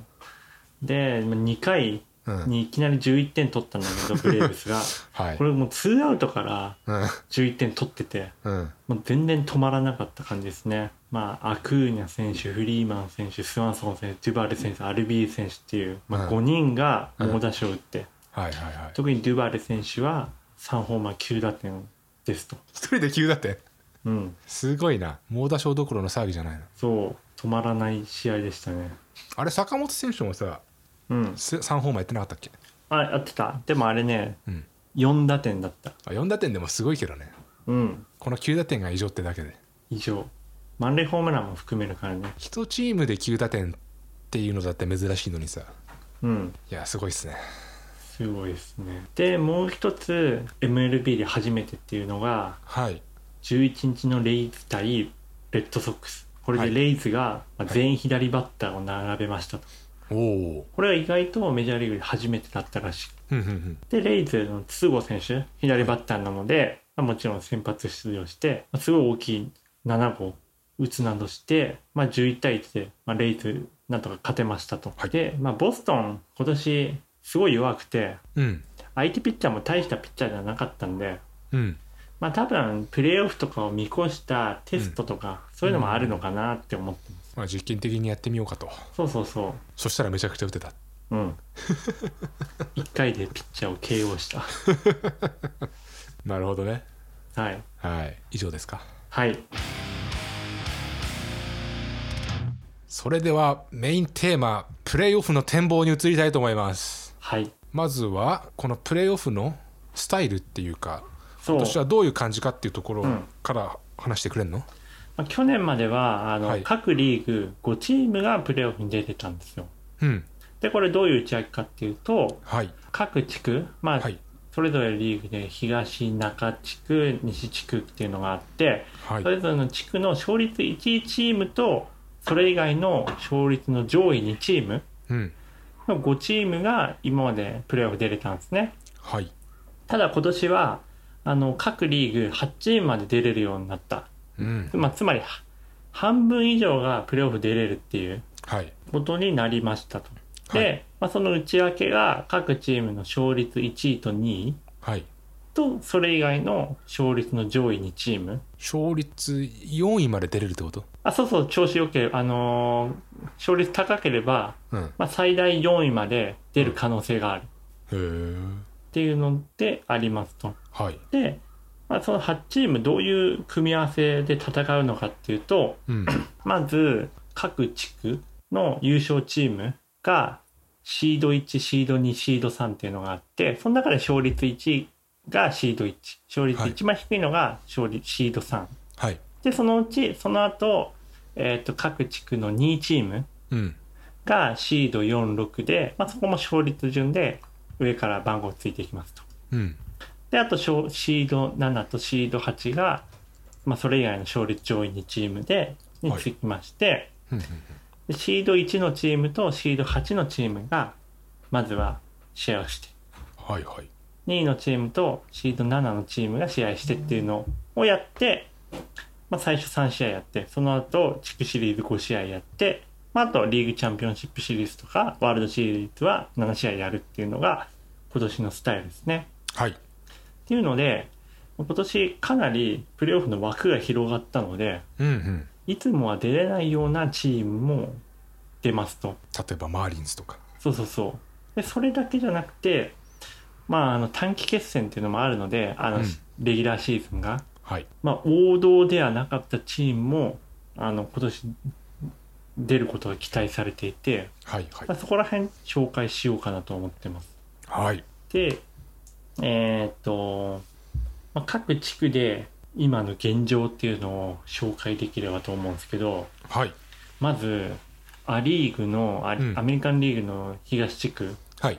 [SPEAKER 2] うで2回
[SPEAKER 1] うん
[SPEAKER 2] にいきなり11点取ったんだけ どブレーブスが
[SPEAKER 1] はい
[SPEAKER 2] これもう2アウトから
[SPEAKER 1] うん
[SPEAKER 2] 11点取ってて
[SPEAKER 1] うん
[SPEAKER 2] もう全然止まらなかった感じですねまあアクーニャ選手フリーマン選手スワンソン選手デュバール選手アルビー選手っていう、ま
[SPEAKER 1] う
[SPEAKER 2] あ、
[SPEAKER 1] ん
[SPEAKER 2] 5人が猛打賞を打って、
[SPEAKER 1] はいはいはい
[SPEAKER 2] 特にデュバール選手は3ホーマー9打点ですと
[SPEAKER 1] 一人で急だって
[SPEAKER 2] うん
[SPEAKER 1] すごいな猛打賞どころの騒ぎじゃないの
[SPEAKER 2] そう止まらない試合でしたね
[SPEAKER 1] あれ坂本選手もさ
[SPEAKER 2] うん
[SPEAKER 1] す3ホーマーやってなかったっけ
[SPEAKER 2] あやってたでもあれね
[SPEAKER 1] うん
[SPEAKER 2] 4打点だった
[SPEAKER 1] あ4打点でもすごいけどね
[SPEAKER 2] うん
[SPEAKER 1] この9打点が異常ってだけで
[SPEAKER 2] 以上満塁ホームランも含めるからね
[SPEAKER 1] 1チームで9打点っていうのだって珍しいのにさ
[SPEAKER 2] うん
[SPEAKER 1] いやすごいっすね
[SPEAKER 2] すごいですねでもう一つ MLB で初めてっていうのが
[SPEAKER 1] はい
[SPEAKER 2] 11日のレイズ対レッドソックスこれ
[SPEAKER 1] は
[SPEAKER 2] で
[SPEAKER 1] い
[SPEAKER 2] レイズがまあ全員左バッターを並べましたと、
[SPEAKER 1] おお
[SPEAKER 2] これは意外とメジャーリーグで初めてだったらしい
[SPEAKER 1] ふんふんふん
[SPEAKER 2] で、レイズの筒香選手、左バッターなので、まあもちろん先発出場して、まあすごい大きい7号打つなどして、まあ、11対1で、まあ、レイズなんとか勝てましたと。
[SPEAKER 1] はい
[SPEAKER 2] で、まあ、ボストン、今年すごい弱くて、
[SPEAKER 1] うん
[SPEAKER 2] 相手ピッチャーも大したピッチャーじゃなかったんで、
[SPEAKER 1] うん
[SPEAKER 2] まあ、多分プレーオフとかを見越したテストとか、そういうのもあるのかなって思ってます。
[SPEAKER 1] まあ実験的にやってみようかと
[SPEAKER 2] そうそうそ
[SPEAKER 1] そしたらめちゃくちゃ打てた
[SPEAKER 2] う。 うん。1回でピッチャーを KO した。
[SPEAKER 1] なるほどね
[SPEAKER 2] はい。
[SPEAKER 1] はい以上ですか
[SPEAKER 2] はい。
[SPEAKER 1] それではメインテーマプレーオフの展望に移りたいと思います
[SPEAKER 2] はい。
[SPEAKER 1] まずはこのプレーオフのスタイルっていうか
[SPEAKER 2] そう。
[SPEAKER 1] 今年はどういう感じかっていうところ
[SPEAKER 2] うん
[SPEAKER 1] から話してくれんの、
[SPEAKER 2] まあ、去年まではあの、
[SPEAKER 1] はい
[SPEAKER 2] 各リーグ5チームがプレーオフに出てたんですよ。
[SPEAKER 1] うん
[SPEAKER 2] でこれどういう内訳かっていうと
[SPEAKER 1] はい
[SPEAKER 2] 各地区、まあ
[SPEAKER 1] はい
[SPEAKER 2] それぞれリーグで東中地区西地区っていうのがあって
[SPEAKER 1] はい
[SPEAKER 2] それぞれの地区の勝率1位チームとそれ以外の勝率の上位2チーム
[SPEAKER 1] うん
[SPEAKER 2] の5チームが今までプレーオフ出れたんですね。
[SPEAKER 1] はい
[SPEAKER 2] ただ今年はあの各リーグ8チームまで出れるようになった。
[SPEAKER 1] うん
[SPEAKER 2] まあ、つまり半分以上がプレーオフ出れるっていう
[SPEAKER 1] はい
[SPEAKER 2] ことになりましたと。で、
[SPEAKER 1] はい
[SPEAKER 2] まあ、その内訳が各チームの勝率1位と2位
[SPEAKER 1] はい
[SPEAKER 2] とそれ以外の勝率の上位2チーム
[SPEAKER 1] 勝率4位まで出れるってこと
[SPEAKER 2] あそうそう調子よければ、あのー勝率高ければ、
[SPEAKER 1] うんへ
[SPEAKER 2] まあ、最大4位まで出る可能性があるっ
[SPEAKER 1] え
[SPEAKER 2] ていうのでありますと。
[SPEAKER 1] はい
[SPEAKER 2] で、まあ、その8チームどういう組み合わせで戦うのかっていうと
[SPEAKER 1] うん
[SPEAKER 2] まず各地区の優勝チームがシード1シード2シード3っていうのがあってその中で勝率1がシード1勝率
[SPEAKER 1] はい
[SPEAKER 2] 一番低いのが勝率シード3、
[SPEAKER 1] はい
[SPEAKER 2] でそのうちその後、えー、と各地区の2チーム
[SPEAKER 1] うん
[SPEAKER 2] がシード46で、まあ、そこも勝率順で上から番号ついていきますと
[SPEAKER 1] うん
[SPEAKER 2] であと勝シード7とシード8が、まあ、それ以外の勝率上位2チームでにつきまして、
[SPEAKER 1] うん
[SPEAKER 2] でシード1のチームとシード8のチームがまずは試合をして
[SPEAKER 1] はいはい
[SPEAKER 2] 2位のチームとシード7のチームが試合してっていうのをやって、まあ、最初3試合やってその後地区シリーズ5試合やって、まあ、あとリーグチャンピオンシップシリーズとかワールドシリーズは7試合やるっていうのが今年のスタイルですね。
[SPEAKER 1] はい
[SPEAKER 2] っていうので今年かなりプレーオフの枠が広がったので
[SPEAKER 1] うんうん
[SPEAKER 2] いつもは出れないようなチームも出ますと。
[SPEAKER 1] 例えばマーリンズとか
[SPEAKER 2] そうそうそうでそれだけじゃなくてまああの短期決戦っていうのもあるのであの、
[SPEAKER 1] うん
[SPEAKER 2] レギュラーシーズンが
[SPEAKER 1] はい
[SPEAKER 2] まあ、王道ではなかったチームもあの今年出ることが期待されていて、
[SPEAKER 1] はいはい
[SPEAKER 2] まあ、そこら辺紹介しようかなと思ってます。
[SPEAKER 1] はい
[SPEAKER 2] で、えーっと、まあ、各地区で今の現状っていうのを紹介できればと思うんですけど、
[SPEAKER 1] はい
[SPEAKER 2] まず、ア・リーグの、ア
[SPEAKER 1] うん
[SPEAKER 2] アメリカンリーグの東地区
[SPEAKER 1] はい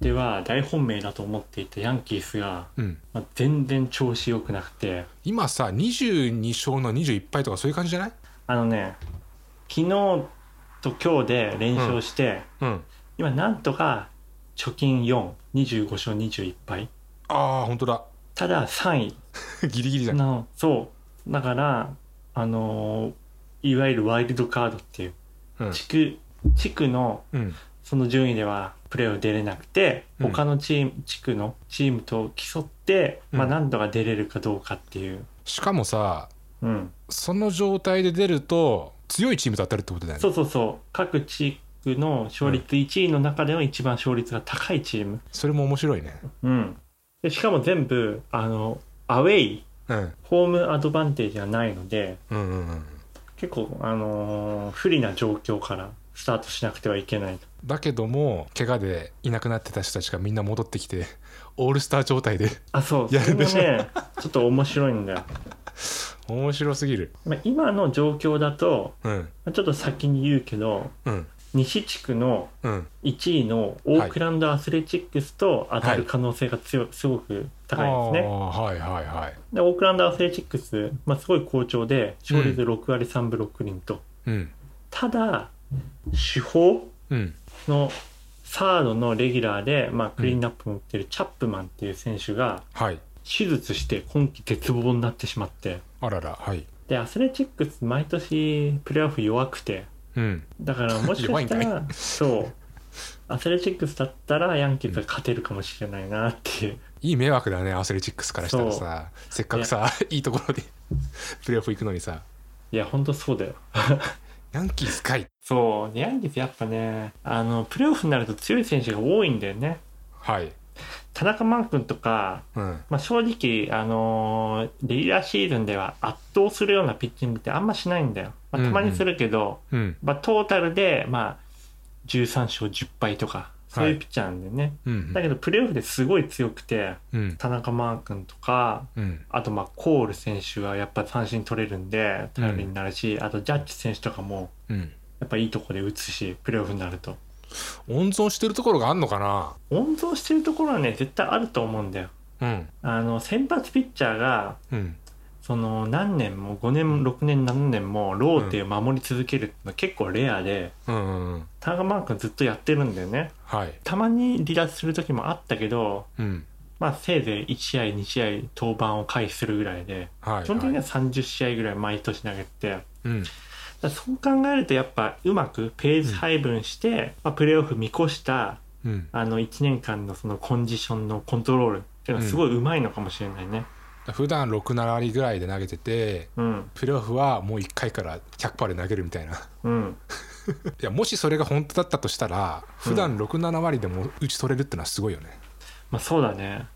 [SPEAKER 2] では大本命だと思っていたヤンキースが、
[SPEAKER 1] うん
[SPEAKER 2] まあ、全然調子良くなくて、
[SPEAKER 1] 今さ22勝の21敗とかそういう感じじゃない
[SPEAKER 2] あのね、昨日と今日で連勝して、
[SPEAKER 1] うん
[SPEAKER 2] 今なんとか貯金4、25勝21敗。
[SPEAKER 1] ああ本当だ
[SPEAKER 2] ただ3位
[SPEAKER 1] ギリギリだ
[SPEAKER 2] の、そう。だから、あのーいわゆるワイルドカードっていう、
[SPEAKER 1] うん
[SPEAKER 2] 地区、地区の
[SPEAKER 1] うん
[SPEAKER 2] その順位ではプレーを出れなくて、
[SPEAKER 1] うん
[SPEAKER 2] 他のチーム、地区のチームと競って、まあ
[SPEAKER 1] うん
[SPEAKER 2] なんとか出れるかどうかっていう。
[SPEAKER 1] しかもさ
[SPEAKER 2] うん。
[SPEAKER 1] その状態で出ると強いチームと当たるってことだよね
[SPEAKER 2] そうそうそう。各地区の勝率1位の中では一番勝率が高いチーム。
[SPEAKER 1] それも面白いね
[SPEAKER 2] うん。でしかも全部、あの、アウェイ、
[SPEAKER 1] うん
[SPEAKER 2] ホームアドバンテージがないので、
[SPEAKER 1] うんうんうん
[SPEAKER 2] 結構、あのー不利な状況からスタートしなくてはいけないと。
[SPEAKER 1] だけども怪我でいなくなってた人たちがみんな戻ってき てオールスター状態で
[SPEAKER 2] あ、そう、そ
[SPEAKER 1] や
[SPEAKER 2] れ
[SPEAKER 1] る
[SPEAKER 2] も
[SPEAKER 1] でしょ
[SPEAKER 2] ね、ちょっと面白いんだよ。
[SPEAKER 1] 面白すぎる
[SPEAKER 2] まあ、今の状況だと、
[SPEAKER 1] うん
[SPEAKER 2] まあちょっと先に言うけど、
[SPEAKER 1] うん
[SPEAKER 2] 西地区の
[SPEAKER 1] うん
[SPEAKER 2] 1位のオークランドアスレチックスと当たる可能性が強、すごく高いです
[SPEAKER 1] あー
[SPEAKER 2] ね。
[SPEAKER 1] はいはいはい
[SPEAKER 2] で、オークランドアスレチックス、まあ、すごい好調で、勝率6割3分6厘と。
[SPEAKER 1] うん
[SPEAKER 2] ただ、主砲
[SPEAKER 1] うん
[SPEAKER 2] のサードのレギュラーで、まあ、クリーンナップも打ってるチャップマンっていう選手が
[SPEAKER 1] はい
[SPEAKER 2] 手術して今季絶望になってしまって
[SPEAKER 1] あららはい
[SPEAKER 2] でアスレチックス毎年プレーオフ弱くて
[SPEAKER 1] うん
[SPEAKER 2] だ からもしかした
[SPEAKER 1] 弱い
[SPEAKER 2] らそうアスレチックスだったらヤンキースが勝てるかもしれないなっていう
[SPEAKER 1] いい迷惑だねアスレチックスからしたらさせっかくさいいところで プレーオフ行くのにさ
[SPEAKER 2] いやほんとそうだよ
[SPEAKER 1] ヤンキースかい
[SPEAKER 2] そうヤンキースやっぱねあのプレーオフになると強い選手が多いんだよね
[SPEAKER 1] はい
[SPEAKER 2] 田中マン君とか
[SPEAKER 1] うん
[SPEAKER 2] まあ、正直、あのーレギュラーシーズンでは圧倒するようなピッチングってあんましないんだよ。まあ、たまにするけど、
[SPEAKER 1] うん
[SPEAKER 2] まあ、トータルで、まあ、13勝10敗とか、そういうピッチャーなんだよね。
[SPEAKER 1] うん
[SPEAKER 2] だけど、プレーオフですごい強くて、
[SPEAKER 1] うん
[SPEAKER 2] 田中マー君とか、
[SPEAKER 1] うん
[SPEAKER 2] あと、まあ、コール選手はやっぱ三振取れるんで、頼りになるし、あと、ジャッジ選手とかも、
[SPEAKER 1] うん
[SPEAKER 2] やっぱいいとこで打つし、プレーオフになると。
[SPEAKER 1] 温存してるところがあんのか
[SPEAKER 2] 温存してるところはね、絶対あると思うんだよ。
[SPEAKER 1] なうん
[SPEAKER 2] あの、先発ピッチャーが、
[SPEAKER 1] うん
[SPEAKER 2] その何年も5年6年何年もローテを守り続けるのは結構レアで、
[SPEAKER 1] うんうんうん
[SPEAKER 2] ターガマー君ずっとやってるんだよね
[SPEAKER 1] はい
[SPEAKER 2] たまに離脱する時もあったけど
[SPEAKER 1] うん
[SPEAKER 2] まあせいぜい1試合2試合登板を回避するぐらいで
[SPEAKER 1] はい
[SPEAKER 2] 基本的に
[SPEAKER 1] は
[SPEAKER 2] はい30試合ぐらい毎年投げててだか
[SPEAKER 1] うん
[SPEAKER 2] らそう考えるとやっぱうまくペース配分して、まあ、プレーオフ見越した
[SPEAKER 1] うん
[SPEAKER 2] あの1年間のそのコンディションのコントロールっていうのはすごいうまいのかもしれないね
[SPEAKER 1] 普段67割ぐらいで投げてて
[SPEAKER 2] うん
[SPEAKER 1] プレーオフはもう1回から100%で投げるみたいな い
[SPEAKER 2] うん
[SPEAKER 1] やもしそれが本当だったとしたら普段67割でも打ち取れるってのはすごいよね
[SPEAKER 2] まあそうだ ね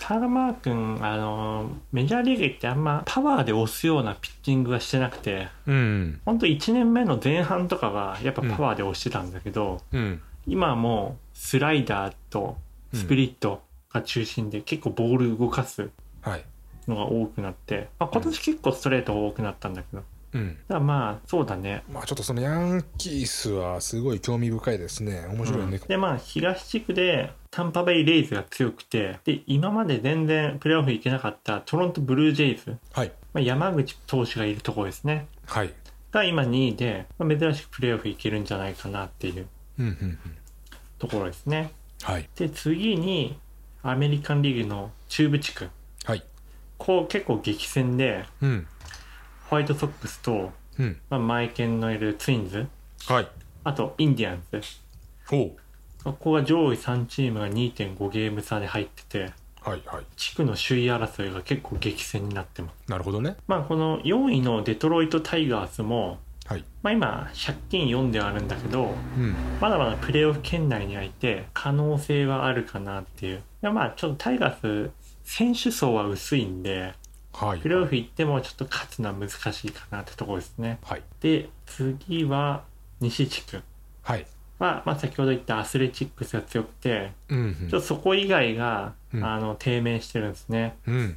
[SPEAKER 2] ターマー君あのメジャーリーグってあんまパワーで押すようなピッチングはしてなくて
[SPEAKER 1] うん
[SPEAKER 2] 本当1年目の前半とかはやっぱパワーで押してたんだけど、
[SPEAKER 1] うん
[SPEAKER 2] 今はもうスライダーとスプリットが中心で結構ボール動かす
[SPEAKER 1] はい
[SPEAKER 2] のが多くなって、まあ、今年結構ストレートが多くなったんだけどだか
[SPEAKER 1] うん
[SPEAKER 2] らまあそうだね
[SPEAKER 1] まあちょっとそのヤンキースはすごい興味深いですね面白いね
[SPEAKER 2] うんでまあ東地区でタンパベイ・レイズが強くてで今まで全然プレーオフ行けなかったトロント・ブルージェイズ
[SPEAKER 1] はい
[SPEAKER 2] まあ、山口投手がいるところですね。
[SPEAKER 1] はい
[SPEAKER 2] が今2位で、まあ、珍しくプレーオフいけるんじゃないかなっていう
[SPEAKER 1] うんうんうん
[SPEAKER 2] ところですね。
[SPEAKER 1] はい
[SPEAKER 2] で、次にアメリカンリーグの中部地区。
[SPEAKER 1] はい
[SPEAKER 2] こう結構激戦で、
[SPEAKER 1] うん
[SPEAKER 2] ホワイトソックスと、
[SPEAKER 1] うん
[SPEAKER 2] まあ、マイケンのいるツインズ、
[SPEAKER 1] はい
[SPEAKER 2] あとインディアンズ。
[SPEAKER 1] おう
[SPEAKER 2] ここが上位3チームが2.5ゲーム差で入ってて、
[SPEAKER 1] はいはい
[SPEAKER 2] 地区の首位争いが結構激戦になってます。
[SPEAKER 1] なるほどね
[SPEAKER 2] まあこの4位のデトロイトタイガースも、
[SPEAKER 1] はい
[SPEAKER 2] まあ今借金4ではあるんだけど、
[SPEAKER 1] うん
[SPEAKER 2] まだまだプレーオフ圏内にはいて可能性はあるかなっていう。いやまあちょっとタイガース選手層は薄いんで、
[SPEAKER 1] はい
[SPEAKER 2] プレーオフ行ってもちょっと勝つのは難しいかなってところですね。
[SPEAKER 1] はい
[SPEAKER 2] で、次は西地区
[SPEAKER 1] はい
[SPEAKER 2] は、まあ、先ほど言ったアスレチックスが強くて、
[SPEAKER 1] うん
[SPEAKER 2] ちょっとそこ以外が、
[SPEAKER 1] うん
[SPEAKER 2] あの低迷してるんですね。
[SPEAKER 1] うんうん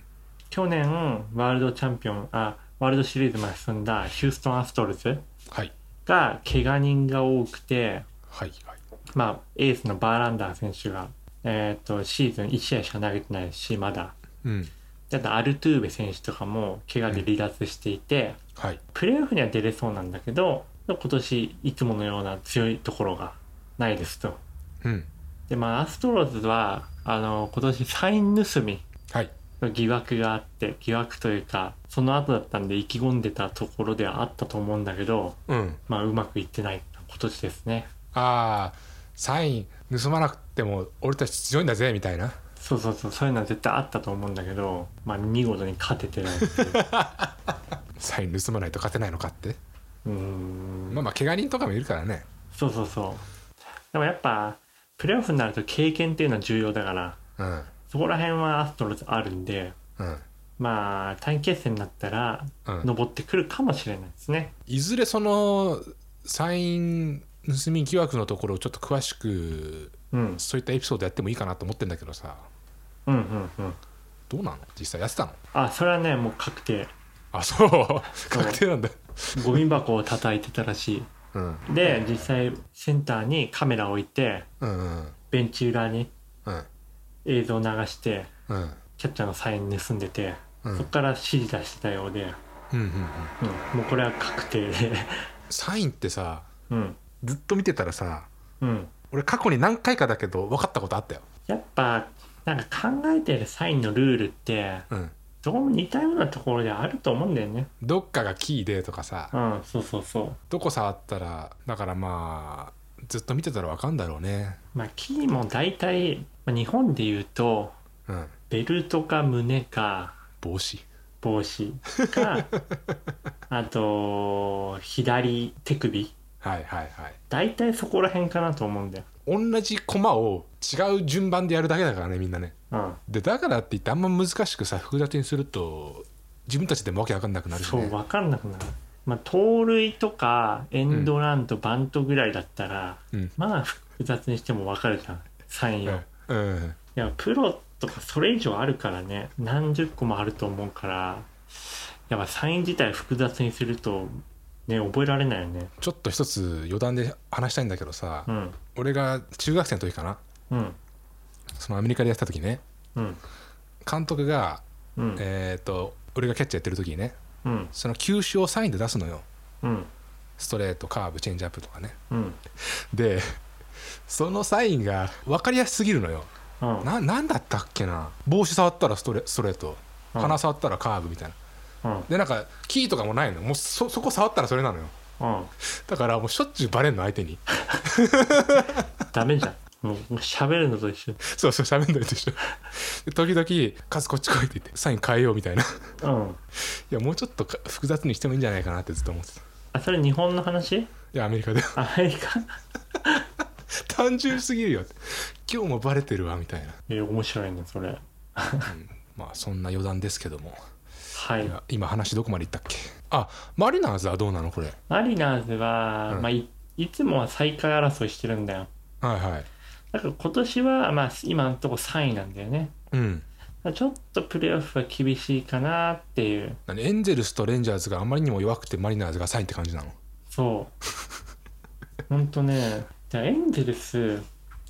[SPEAKER 2] 去年、ワールドチャンピオン、あ、ワールドシリーズまで進んだヒューストン・アストロズ
[SPEAKER 1] はい
[SPEAKER 2] が、怪我人が多くて、
[SPEAKER 1] はいはい
[SPEAKER 2] まあ、エースのバーランダー選手が、えっ、と、シーズン1試合しか投げてないし、まだ。
[SPEAKER 1] うん
[SPEAKER 2] あと、アルトゥーベ選手とかも、怪我で離脱していて、
[SPEAKER 1] はい
[SPEAKER 2] プレーオフには出れそうなんだけど、今年、いつものような強いところがないですと。
[SPEAKER 1] うん
[SPEAKER 2] で、まあ、アストロズは、あの、今年、サイン盗み
[SPEAKER 1] はい
[SPEAKER 2] の疑惑があって、疑惑というか、その後だったんで、意気込んでたところではあったと思うんだけど、
[SPEAKER 1] うん
[SPEAKER 2] まあ、うまくいってない今年ですね。
[SPEAKER 1] ああサイン盗まなくても俺たち強いんだぜみたいな
[SPEAKER 2] そうそうそう、そういうのは絶対あったと思うんだけど、まあ、見事に勝ててないっていう。
[SPEAKER 1] サイン盗まないと勝てないのかって
[SPEAKER 2] うーん。
[SPEAKER 1] まあまあ怪我人とかもいるからね
[SPEAKER 2] そうそうそう。でもやっぱ、プレーオフになると経験っていうのは重要だから、
[SPEAKER 1] うん
[SPEAKER 2] そこら辺はアストロズあるんで、
[SPEAKER 1] うん
[SPEAKER 2] まあ、短期決戦になったら、
[SPEAKER 1] うん
[SPEAKER 2] 登ってくるかもしれないですね。
[SPEAKER 1] いずれそのサイン盗み疑惑のところをちょっと詳しく
[SPEAKER 2] うん。
[SPEAKER 1] そういったエピソードやってもいいかなと思ってんだけどさ
[SPEAKER 2] うんうんうん。
[SPEAKER 1] どうなの実際やってたの
[SPEAKER 2] あ、それはね、もう確定。
[SPEAKER 1] あそう確定なんだ
[SPEAKER 2] ゴミ箱を叩いてたらし
[SPEAKER 1] うん
[SPEAKER 2] い。で、実際、センターにカメラを置いて、
[SPEAKER 1] うんうん
[SPEAKER 2] ベンチ裏に
[SPEAKER 1] うん
[SPEAKER 2] 映像を流して、
[SPEAKER 1] うん
[SPEAKER 2] キャッチャーのサイン盗んでて、
[SPEAKER 1] うん
[SPEAKER 2] そこから指示出してたようで、
[SPEAKER 1] うんうん
[SPEAKER 2] うん、もうこれは確定で、
[SPEAKER 1] サインってさ
[SPEAKER 2] うん、
[SPEAKER 1] ずっと見てたらさ
[SPEAKER 2] うん。
[SPEAKER 1] 俺過去に何回かだけど分かったことあったよ
[SPEAKER 2] やっぱ、なんか考えてるサインのルールって、
[SPEAKER 1] うん
[SPEAKER 2] どうも似たようなところであると思うんだよね。
[SPEAKER 1] どっかがキーでとかさ
[SPEAKER 2] うん、そうそうそう。
[SPEAKER 1] どこ触ったらだからまあずっと見てたら分かんだろうね
[SPEAKER 2] まあ、キーも大体、まあ、日本で言うと、
[SPEAKER 1] うん
[SPEAKER 2] ベルトか胸か
[SPEAKER 1] 帽子
[SPEAKER 2] 帽子 か、あと、左手首。
[SPEAKER 1] はいはいはい
[SPEAKER 2] 大体そこら辺かなと思うんだよ。
[SPEAKER 1] 同じ駒を違う順番でやるだけだからねみんなね
[SPEAKER 2] うん。
[SPEAKER 1] でだからって言ってあんま難しくさ複雑にすると自分たちでもわけわかんなくなるし
[SPEAKER 2] そう、
[SPEAKER 1] ね
[SPEAKER 2] わかんなくなる。まあ、盗塁とか、エンドランとバントぐらいだったら、
[SPEAKER 1] うん
[SPEAKER 2] まあ、複雑にしてもわかるじゃん。サインを。
[SPEAKER 1] うん
[SPEAKER 2] いやプロとかそれ以上あるからね何十個もあると思うからやっぱサイン自体複雑にするとね覚えられないよね
[SPEAKER 1] ちょっと一つ余談で話したいんだけどさ、
[SPEAKER 2] うん
[SPEAKER 1] 俺が中学生の時かな
[SPEAKER 2] うん
[SPEAKER 1] そのアメリカでやってた時ね
[SPEAKER 2] うん
[SPEAKER 1] 監督が、
[SPEAKER 2] うん
[SPEAKER 1] えー、と俺がキャッチャーやってる時にね
[SPEAKER 2] うん
[SPEAKER 1] その球種をサインで出すのよ
[SPEAKER 2] うん
[SPEAKER 1] ストレートカーブチェンジアップとかね
[SPEAKER 2] うん
[SPEAKER 1] でそのサインが分かりやすすぎるのよ
[SPEAKER 2] うん
[SPEAKER 1] な何だったっけな帽子触ったらストレストレート
[SPEAKER 2] うん
[SPEAKER 1] 鼻触ったらカーブみたいな
[SPEAKER 2] うん
[SPEAKER 1] でなんかキーとかもないのもうそそこ触ったらそれなのよ
[SPEAKER 2] うん
[SPEAKER 1] だからもうしょっちゅうバレんの相手に
[SPEAKER 2] ダメじゃんもう喋るのと一緒
[SPEAKER 1] そうそう喋んないでしょで時々「カズこっち来い」って言ってサイン変えようみたいない
[SPEAKER 2] うん
[SPEAKER 1] やもうちょっとか複雑にしてもいいんじゃないかなってずっと思ってたい
[SPEAKER 2] あそれ日本の話
[SPEAKER 1] やアメリカで
[SPEAKER 2] アメリカ
[SPEAKER 1] 単純すぎるよって今日もバレてるわみたいな、
[SPEAKER 2] え面白いねそれ
[SPEAKER 1] うんまあそんな余談ですけども
[SPEAKER 2] はい
[SPEAKER 1] いや今話どこまで行ったっけあマリナーズはどうなのこれは
[SPEAKER 2] マリナーズは、
[SPEAKER 1] うん
[SPEAKER 2] まあ、いいつもは最下位争いしてるんだよ
[SPEAKER 1] いはい
[SPEAKER 2] だから今年は、まあ、今のところ3位なんだよね
[SPEAKER 1] うん
[SPEAKER 2] ちょっとプレーオフは厳しいかなっていう。
[SPEAKER 1] 何エンゼルスとレンジャーズがあまりにも弱くてマリナーズが3位って感じなの
[SPEAKER 2] そう。ほんとね。じゃあエンゼルス、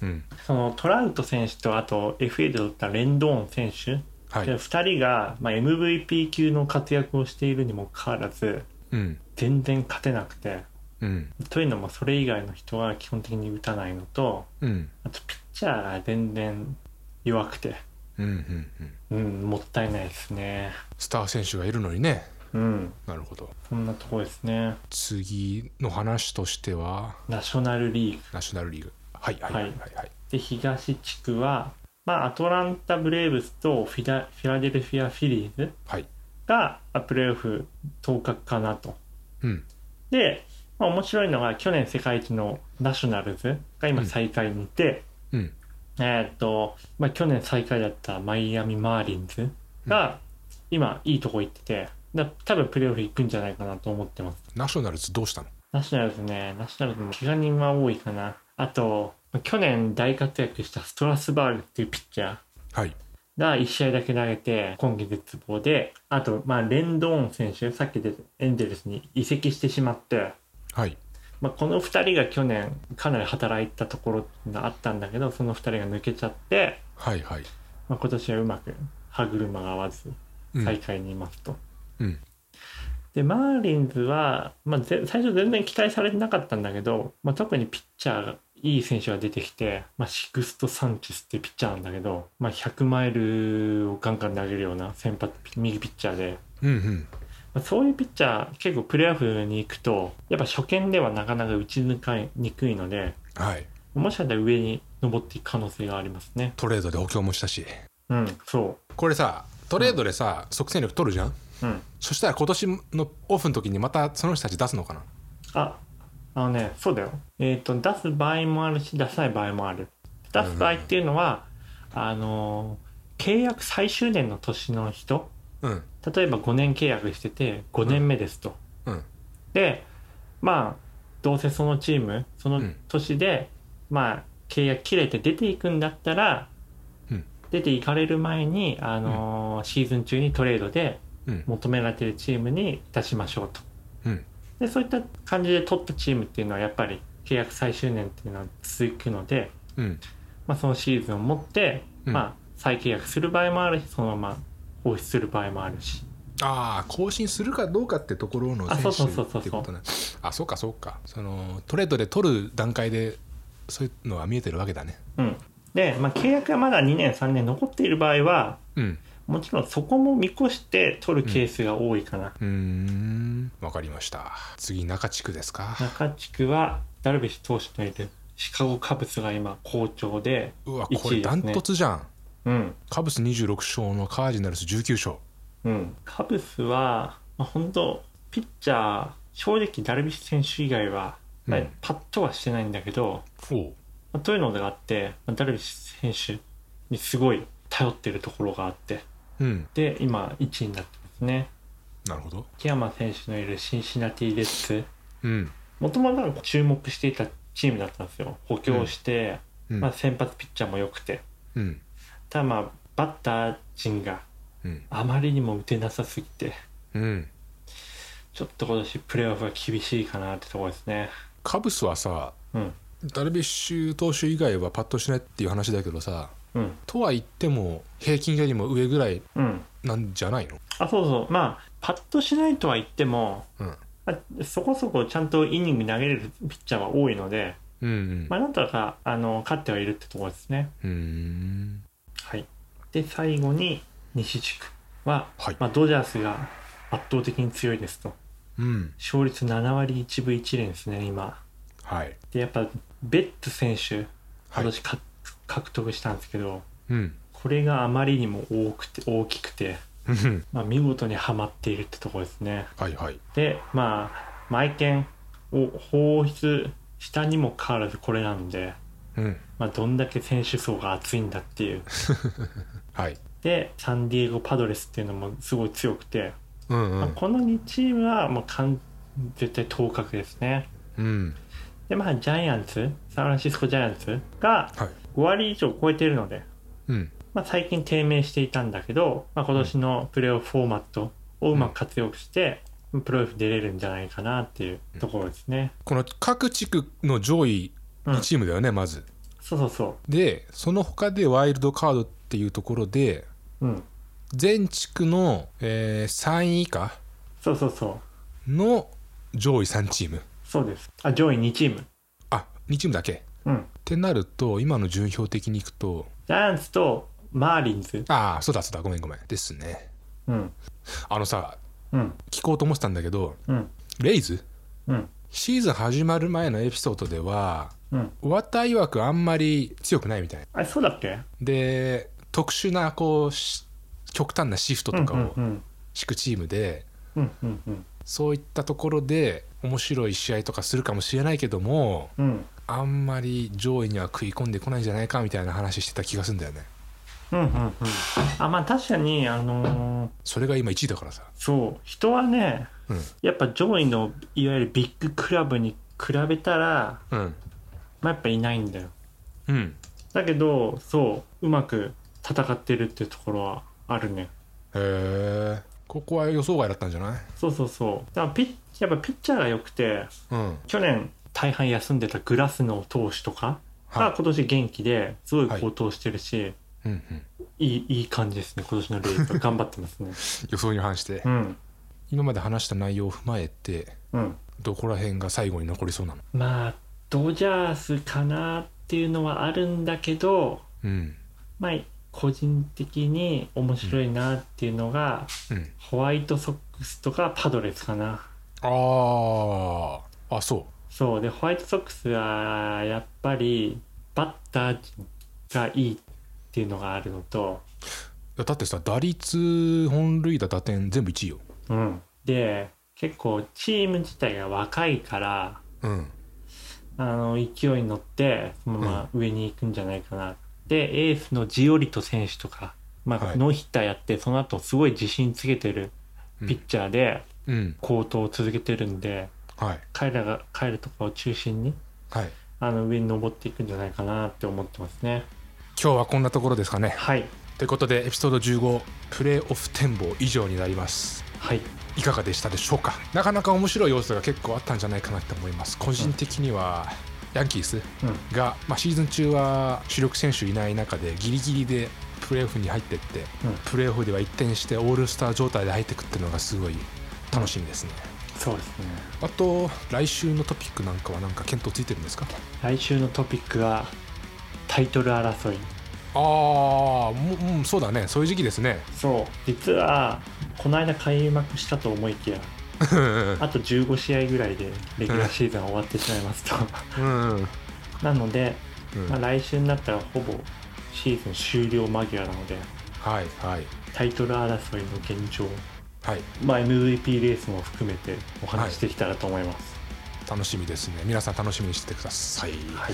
[SPEAKER 1] うん
[SPEAKER 2] そのトラウト選手とあと FA で取ったレンドーン選手、
[SPEAKER 1] はい
[SPEAKER 2] で2人が、まあ、MVP 級の活躍をしているにもかかわらず、
[SPEAKER 1] うん
[SPEAKER 2] 全然勝てなくて。
[SPEAKER 1] うん
[SPEAKER 2] というのもそれ以外の人は基本的に打たないのと、
[SPEAKER 1] うん
[SPEAKER 2] あとピッチャーが全然弱くて、
[SPEAKER 1] うんうんうん
[SPEAKER 2] うん、もったいないですね。
[SPEAKER 1] スター選手がいるのにね
[SPEAKER 2] うん、
[SPEAKER 1] なるほど
[SPEAKER 2] そんなとこですね。
[SPEAKER 1] 次の話としては
[SPEAKER 2] ナショナルリーグ。
[SPEAKER 1] ナショナルリーグはいはいはいはいはい
[SPEAKER 2] で東地区は、まあ、アトランタ・ブレーブスとフィラフィラデルフィア・フィリーズ
[SPEAKER 1] はい
[SPEAKER 2] がまあプレーオフ当格かなと。
[SPEAKER 1] うん
[SPEAKER 2] で、まあ、面白いのが去年世界一のナショナルズが今最下位にいて、
[SPEAKER 1] うん
[SPEAKER 2] えーっとまあ、去年最下位だったマイアミ・マーリンズが、今いいとこ行ってて、だ多分プレーオフ行くんじゃないかなと思ってます。
[SPEAKER 1] ナショナルズどうしたの
[SPEAKER 2] ナショナルズね、ナショナルズも怪我人は多いかな。あと、去年大活躍したストラスバーグっていうピッチャー
[SPEAKER 1] はい
[SPEAKER 2] が1試合だけ投げて、今季絶望で、あと、まあ、レンドーン選手、さっきでエンゼルスに移籍してしまって、
[SPEAKER 1] はい
[SPEAKER 2] まあ、この2人が去年かなり働いたところがあったんだけど、その2人が抜けちゃって、
[SPEAKER 1] はいはい
[SPEAKER 2] まあ、今年はうまく歯車が合わず
[SPEAKER 1] うん、
[SPEAKER 2] 大会にいますと。
[SPEAKER 1] うん
[SPEAKER 2] でマーリンズは、まあ、ぜ最初全然期待されてなかったんだけど、まあ、特にピッチャーがいい選手が出てきて、まあ、シクスト・サンチェスっていうピッチャーなんだけど、まあ、100マイルをガンガン投げるような先発ピ右ピッチャーで、
[SPEAKER 1] うんうん
[SPEAKER 2] まあ、そういうピッチャー結構プレーオフに行くとやっぱ初見ではなかなか打ち抜かにくいので
[SPEAKER 1] はい
[SPEAKER 2] もしかしたら上に登っていく可能性がありますね。
[SPEAKER 1] トレードで補強もしたし
[SPEAKER 2] うん、そ
[SPEAKER 1] これさトレードでさ、即戦力取るじゃん
[SPEAKER 2] う、うん
[SPEAKER 1] そしたら今年のオフの時にまたその人たち出すのかな
[SPEAKER 2] あ、あのね、そうだよ。えっ、と、出す場合もあるし、出さない場合もある。出す場合っていうのは、あのー契約最終年の年の人、
[SPEAKER 1] うん
[SPEAKER 2] 例えば5年契約してて、5年目ですと。
[SPEAKER 1] うん
[SPEAKER 2] で、まあ、どうせそのチーム、その
[SPEAKER 1] うん
[SPEAKER 2] 年で、まあ、契約切れて出ていくんだったら、
[SPEAKER 1] うん
[SPEAKER 2] 出ていかれる前に、あのーシーズン中にトレードで
[SPEAKER 1] うん
[SPEAKER 2] 求められてるチームに出しましょうと。
[SPEAKER 1] うん
[SPEAKER 2] でそういった感じで取ったチームっていうのはやっぱり契約最終年っていうのは続くので、
[SPEAKER 1] うん
[SPEAKER 2] まあ、そのシーズンを持って、
[SPEAKER 1] うん
[SPEAKER 2] まあ、再契約する場合もあるしそのまま放出する場合もあるし
[SPEAKER 1] ああ更新するかどうかってところの
[SPEAKER 2] あそうそ
[SPEAKER 1] 選
[SPEAKER 2] うそう
[SPEAKER 1] 手
[SPEAKER 2] そう
[SPEAKER 1] ってことねあそうかそうかそのトレードで取る段階でそういうのは見えてるわけだね
[SPEAKER 2] うんで、まあ、契約がまだ2年3年残っている場合は
[SPEAKER 1] うん
[SPEAKER 2] もちろんそこも見越して取るケースが多いかな、
[SPEAKER 1] うーんわかりました次中地区ですか
[SPEAKER 2] 中地区はダルビッシュ投手のいるシカゴカブスが今好調で
[SPEAKER 1] うわ
[SPEAKER 2] 1位
[SPEAKER 1] これダントツじゃん、
[SPEAKER 2] うん
[SPEAKER 1] カブス26勝のカージナルス19勝
[SPEAKER 2] うん、カブスは、まあ、本当ピッチャー正直ダルビッシュ選手以外は、まあ
[SPEAKER 1] うん
[SPEAKER 2] パッとはしてないんだけど、
[SPEAKER 1] おう
[SPEAKER 2] まあ、というのがあって、まあ、ダルビッシュ選手にすごい頼ってるところがあって
[SPEAKER 1] うん
[SPEAKER 2] で今1位になってますね
[SPEAKER 1] なるほど
[SPEAKER 2] 木山選手のいるシンシナティ・レッツ
[SPEAKER 1] うん
[SPEAKER 2] もともと注目していたチームだったんですよ補強して、
[SPEAKER 1] うん
[SPEAKER 2] まあ、先発ピッチャーも良くて
[SPEAKER 1] うん
[SPEAKER 2] ただまあバッター陣が
[SPEAKER 1] うん
[SPEAKER 2] あまりにも打てなさすぎて
[SPEAKER 1] うん
[SPEAKER 2] ちょっと今年プレーオフが厳しいかなってところですね
[SPEAKER 1] カブスはさ
[SPEAKER 2] うん
[SPEAKER 1] ダルビッシュ投手以外はパッとしないっていう話だけどさ
[SPEAKER 2] うん
[SPEAKER 1] とは言っても平均よりも上ぐらい
[SPEAKER 2] うん
[SPEAKER 1] なんじゃないの
[SPEAKER 2] あそうそうまあパッとしないとは言っても、
[SPEAKER 1] うん
[SPEAKER 2] まあそこそこちゃんとイニング投げれるピッチャーは多いので、
[SPEAKER 1] うんうん
[SPEAKER 2] まあ、なんとかあの勝ってはいるってところですね
[SPEAKER 1] うーん
[SPEAKER 2] はいで最後に西地区は、
[SPEAKER 1] はい
[SPEAKER 2] まあ、ドジャースが圧倒的に強いですと
[SPEAKER 1] うん
[SPEAKER 2] 勝率7割1分1厘ですね今
[SPEAKER 1] はい
[SPEAKER 2] でやっぱベッツ選手
[SPEAKER 1] は
[SPEAKER 2] 今
[SPEAKER 1] い
[SPEAKER 2] 年か、獲得したんですけど
[SPEAKER 1] うん
[SPEAKER 2] これがあまりにも多くて大きくて
[SPEAKER 1] うん
[SPEAKER 2] まあ、見事にはまっているってところですね。
[SPEAKER 1] はいはい
[SPEAKER 2] で、まあ、毎見を放出したにもかかわらずこれなので、
[SPEAKER 1] うん
[SPEAKER 2] まあ、どんだけ選手層が厚いんだっていう。
[SPEAKER 1] はい
[SPEAKER 2] で、サンディエゴ・パドレスっていうのもすごい強くて、
[SPEAKER 1] うんう
[SPEAKER 2] まあ、
[SPEAKER 1] ん
[SPEAKER 2] この2チームはもう完絶対当確ですね。
[SPEAKER 1] うん
[SPEAKER 2] で、まあ、ジャイアンツ、サンフランシスコ・ジャイアンツが
[SPEAKER 1] はい
[SPEAKER 2] 5割以上超えているので、
[SPEAKER 1] うん
[SPEAKER 2] まあ、最近低迷していたんだけど、まあ、今年のプレーオフフォーマットをうまく活用して、プレーオフ出れるんじゃないかなっていうところですね。
[SPEAKER 1] この各地区の上位
[SPEAKER 2] うん
[SPEAKER 1] 2チームだよね、まず
[SPEAKER 2] そうそうそ
[SPEAKER 1] でその他でワイルドカードっていうところで
[SPEAKER 2] う。うん。
[SPEAKER 1] 全地区の、えー、3位以下
[SPEAKER 2] そうそうそう。
[SPEAKER 1] の上位3チーム
[SPEAKER 2] そうです。あ、上位2チーム。
[SPEAKER 1] あ2チームだけ
[SPEAKER 2] うん。
[SPEAKER 1] ってなると今の順位表的にいくと
[SPEAKER 2] ジャイアンツとマーリンズ。
[SPEAKER 1] ああそうだそうだごめんごめんですね
[SPEAKER 2] うん。
[SPEAKER 1] あのさ
[SPEAKER 2] うん。
[SPEAKER 1] 聞こうと思ってたんだけど
[SPEAKER 2] うん。
[SPEAKER 1] レイズ
[SPEAKER 2] うん。
[SPEAKER 1] シーズン始まる前のエピソードでは
[SPEAKER 2] うん。
[SPEAKER 1] 終わった曰くあんまり強くないみたい
[SPEAKER 2] あれ、そうだっけ
[SPEAKER 1] で特殊なこうし極端なシフトとかを
[SPEAKER 2] うんうん
[SPEAKER 1] 敷くチームで
[SPEAKER 2] うん。うんうんうん。
[SPEAKER 1] そういったところで面白い試合とかするかもしれないけども
[SPEAKER 2] うん。
[SPEAKER 1] あんまり上位には食い込んでこないんじゃないかみたいな話してた気がするんだよね
[SPEAKER 2] うんうんうんあまあ確かにあのー
[SPEAKER 1] それが今1位だからさ、
[SPEAKER 2] そう人はね
[SPEAKER 1] うん
[SPEAKER 2] やっぱ上位のいわゆるビッグクラブに比べたら、
[SPEAKER 1] うん
[SPEAKER 2] まあ、やっぱいないんだよ
[SPEAKER 1] うん
[SPEAKER 2] だけどそううまく戦ってるってところはあるね
[SPEAKER 1] へえここは予想外だったんじゃない
[SPEAKER 2] そうそうそうだからピッやっぱピッチャーが良くて
[SPEAKER 1] うん
[SPEAKER 2] 去年大半休んでたグラスの投手とか
[SPEAKER 1] は
[SPEAKER 2] が
[SPEAKER 1] い
[SPEAKER 2] 今年元気ですごい高騰してるし、い
[SPEAKER 1] うんうん、
[SPEAKER 2] い、いい感じですね今年のレイ ズは頑張ってますね
[SPEAKER 1] 予想に反して
[SPEAKER 2] うん
[SPEAKER 1] 今まで話した内容を踏まえて
[SPEAKER 2] うん
[SPEAKER 1] どこら辺が最後に残りそうなの
[SPEAKER 2] まあドジャースかなっていうのはあるんだけど
[SPEAKER 1] うん
[SPEAKER 2] まあ個人的に面白いなっていうのが、
[SPEAKER 1] うん
[SPEAKER 2] ホワイトソックスとかパドレスかな
[SPEAKER 1] あああそ
[SPEAKER 2] そうでホワイトソックスはやっぱりバッター陣がいいっていうのがあるのと
[SPEAKER 1] うだってさ打率本塁打打点全部1位よ
[SPEAKER 2] うんで結構チーム自体が若いから
[SPEAKER 1] うん
[SPEAKER 2] あの勢いに乗ってそのまま上に行くんじゃないかな、でエースのジオリト選手とか、まあ
[SPEAKER 1] はい
[SPEAKER 2] ノーヒッターやってその後すごい自信つけてるピッチャーで
[SPEAKER 1] うん
[SPEAKER 2] 好投を続けてるんで、
[SPEAKER 1] はい
[SPEAKER 2] 彼らが彼らとかを中心に
[SPEAKER 1] はい
[SPEAKER 2] あの上に登っていくんじゃないかなって思ってますね
[SPEAKER 1] 今日はこんなところですかね
[SPEAKER 2] はい
[SPEAKER 1] ということでエピソード15プレーオフ展望以上になります
[SPEAKER 2] はい
[SPEAKER 1] いかがでしたでしょうかなかなか面白い要素が結構あったんじゃないかなと思います個人的にはヤンキース
[SPEAKER 2] うん
[SPEAKER 1] が、まあ、シーズン中は主力選手いない中でギリギリでプレーオフに入ってって、
[SPEAKER 2] うん
[SPEAKER 1] プレーオフでは一転してオールスター状態で入ってくっていうのがすごい楽しみですね
[SPEAKER 2] そうですね
[SPEAKER 1] あと来週のトピックなんかはなんか検討ついてるんですか
[SPEAKER 2] 来週のトピックはタイトル争い
[SPEAKER 1] ああうんそうだねそういう時期ですね
[SPEAKER 2] そう実はこの間開幕したと思いきや
[SPEAKER 1] うん
[SPEAKER 2] あと15試合ぐらいでレギュラーシーズンは終わってしまいますと
[SPEAKER 1] うんうん
[SPEAKER 2] なので、
[SPEAKER 1] うん
[SPEAKER 2] まあ、来週になったらほぼシーズン終了間際なので
[SPEAKER 1] はいはい
[SPEAKER 2] タイトル争いの現状、
[SPEAKER 1] はい
[SPEAKER 2] まあ、MVP レースも含めてお話しできたらと思います、
[SPEAKER 1] 楽しみですね皆さん楽しみにしててください、
[SPEAKER 2] はい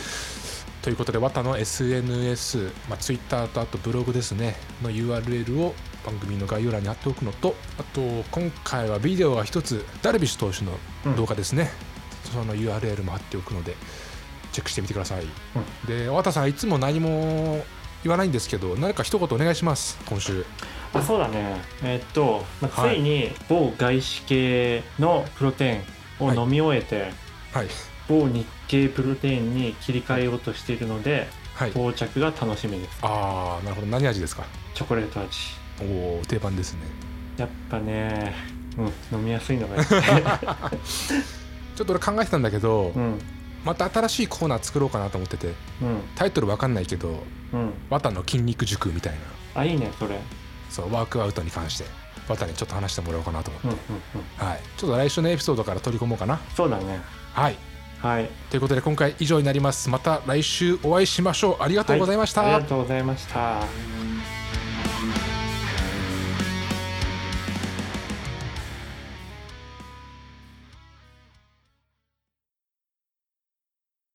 [SPEAKER 1] ということで、ワタの SNS、まあ、Twitter とあとブログですね、の URL を番組の概要欄に貼っておくのと、あと今回はビデオが一つ、ダルビッシュ投手の動画ですね、その URL も貼っておくので、チェックしてみてください。で、ワタさん、いつも何も言わないんですけど、何か一言お願いします、今週。
[SPEAKER 2] あそうだねえーっと、まあ
[SPEAKER 1] はい
[SPEAKER 2] ついに某外資系のプロテインを飲み終えて、
[SPEAKER 1] はい、
[SPEAKER 2] 某日系プロテインに切り替えようとしているので
[SPEAKER 1] はい、
[SPEAKER 2] 到着が楽しみです
[SPEAKER 1] あー、なるほど、何味ですか、
[SPEAKER 2] チョコレート味
[SPEAKER 1] おお、定番ですね。
[SPEAKER 2] やっぱねうん飲みやすい のがいい
[SPEAKER 1] ちょっと俺、考えてたんだけど
[SPEAKER 2] う、ん
[SPEAKER 1] また新しいコーナー作ろうかなと思ってて、
[SPEAKER 2] うん
[SPEAKER 1] タイトルわかんないけど、
[SPEAKER 2] うん
[SPEAKER 1] ワタの筋肉塾みたいな。
[SPEAKER 2] あいいねそれ
[SPEAKER 1] そうワークアウトに関してバタにちょっと話してもらおうかなと思っ
[SPEAKER 2] う
[SPEAKER 1] て、
[SPEAKER 2] んうんうん
[SPEAKER 1] はい、ちょっと来週のエピソードから取り込もうかな
[SPEAKER 2] そうだね
[SPEAKER 1] はい
[SPEAKER 2] はい
[SPEAKER 1] ということで今回以上になりますまた来週お会いしましょうありがとうございました、
[SPEAKER 2] はありがとうございました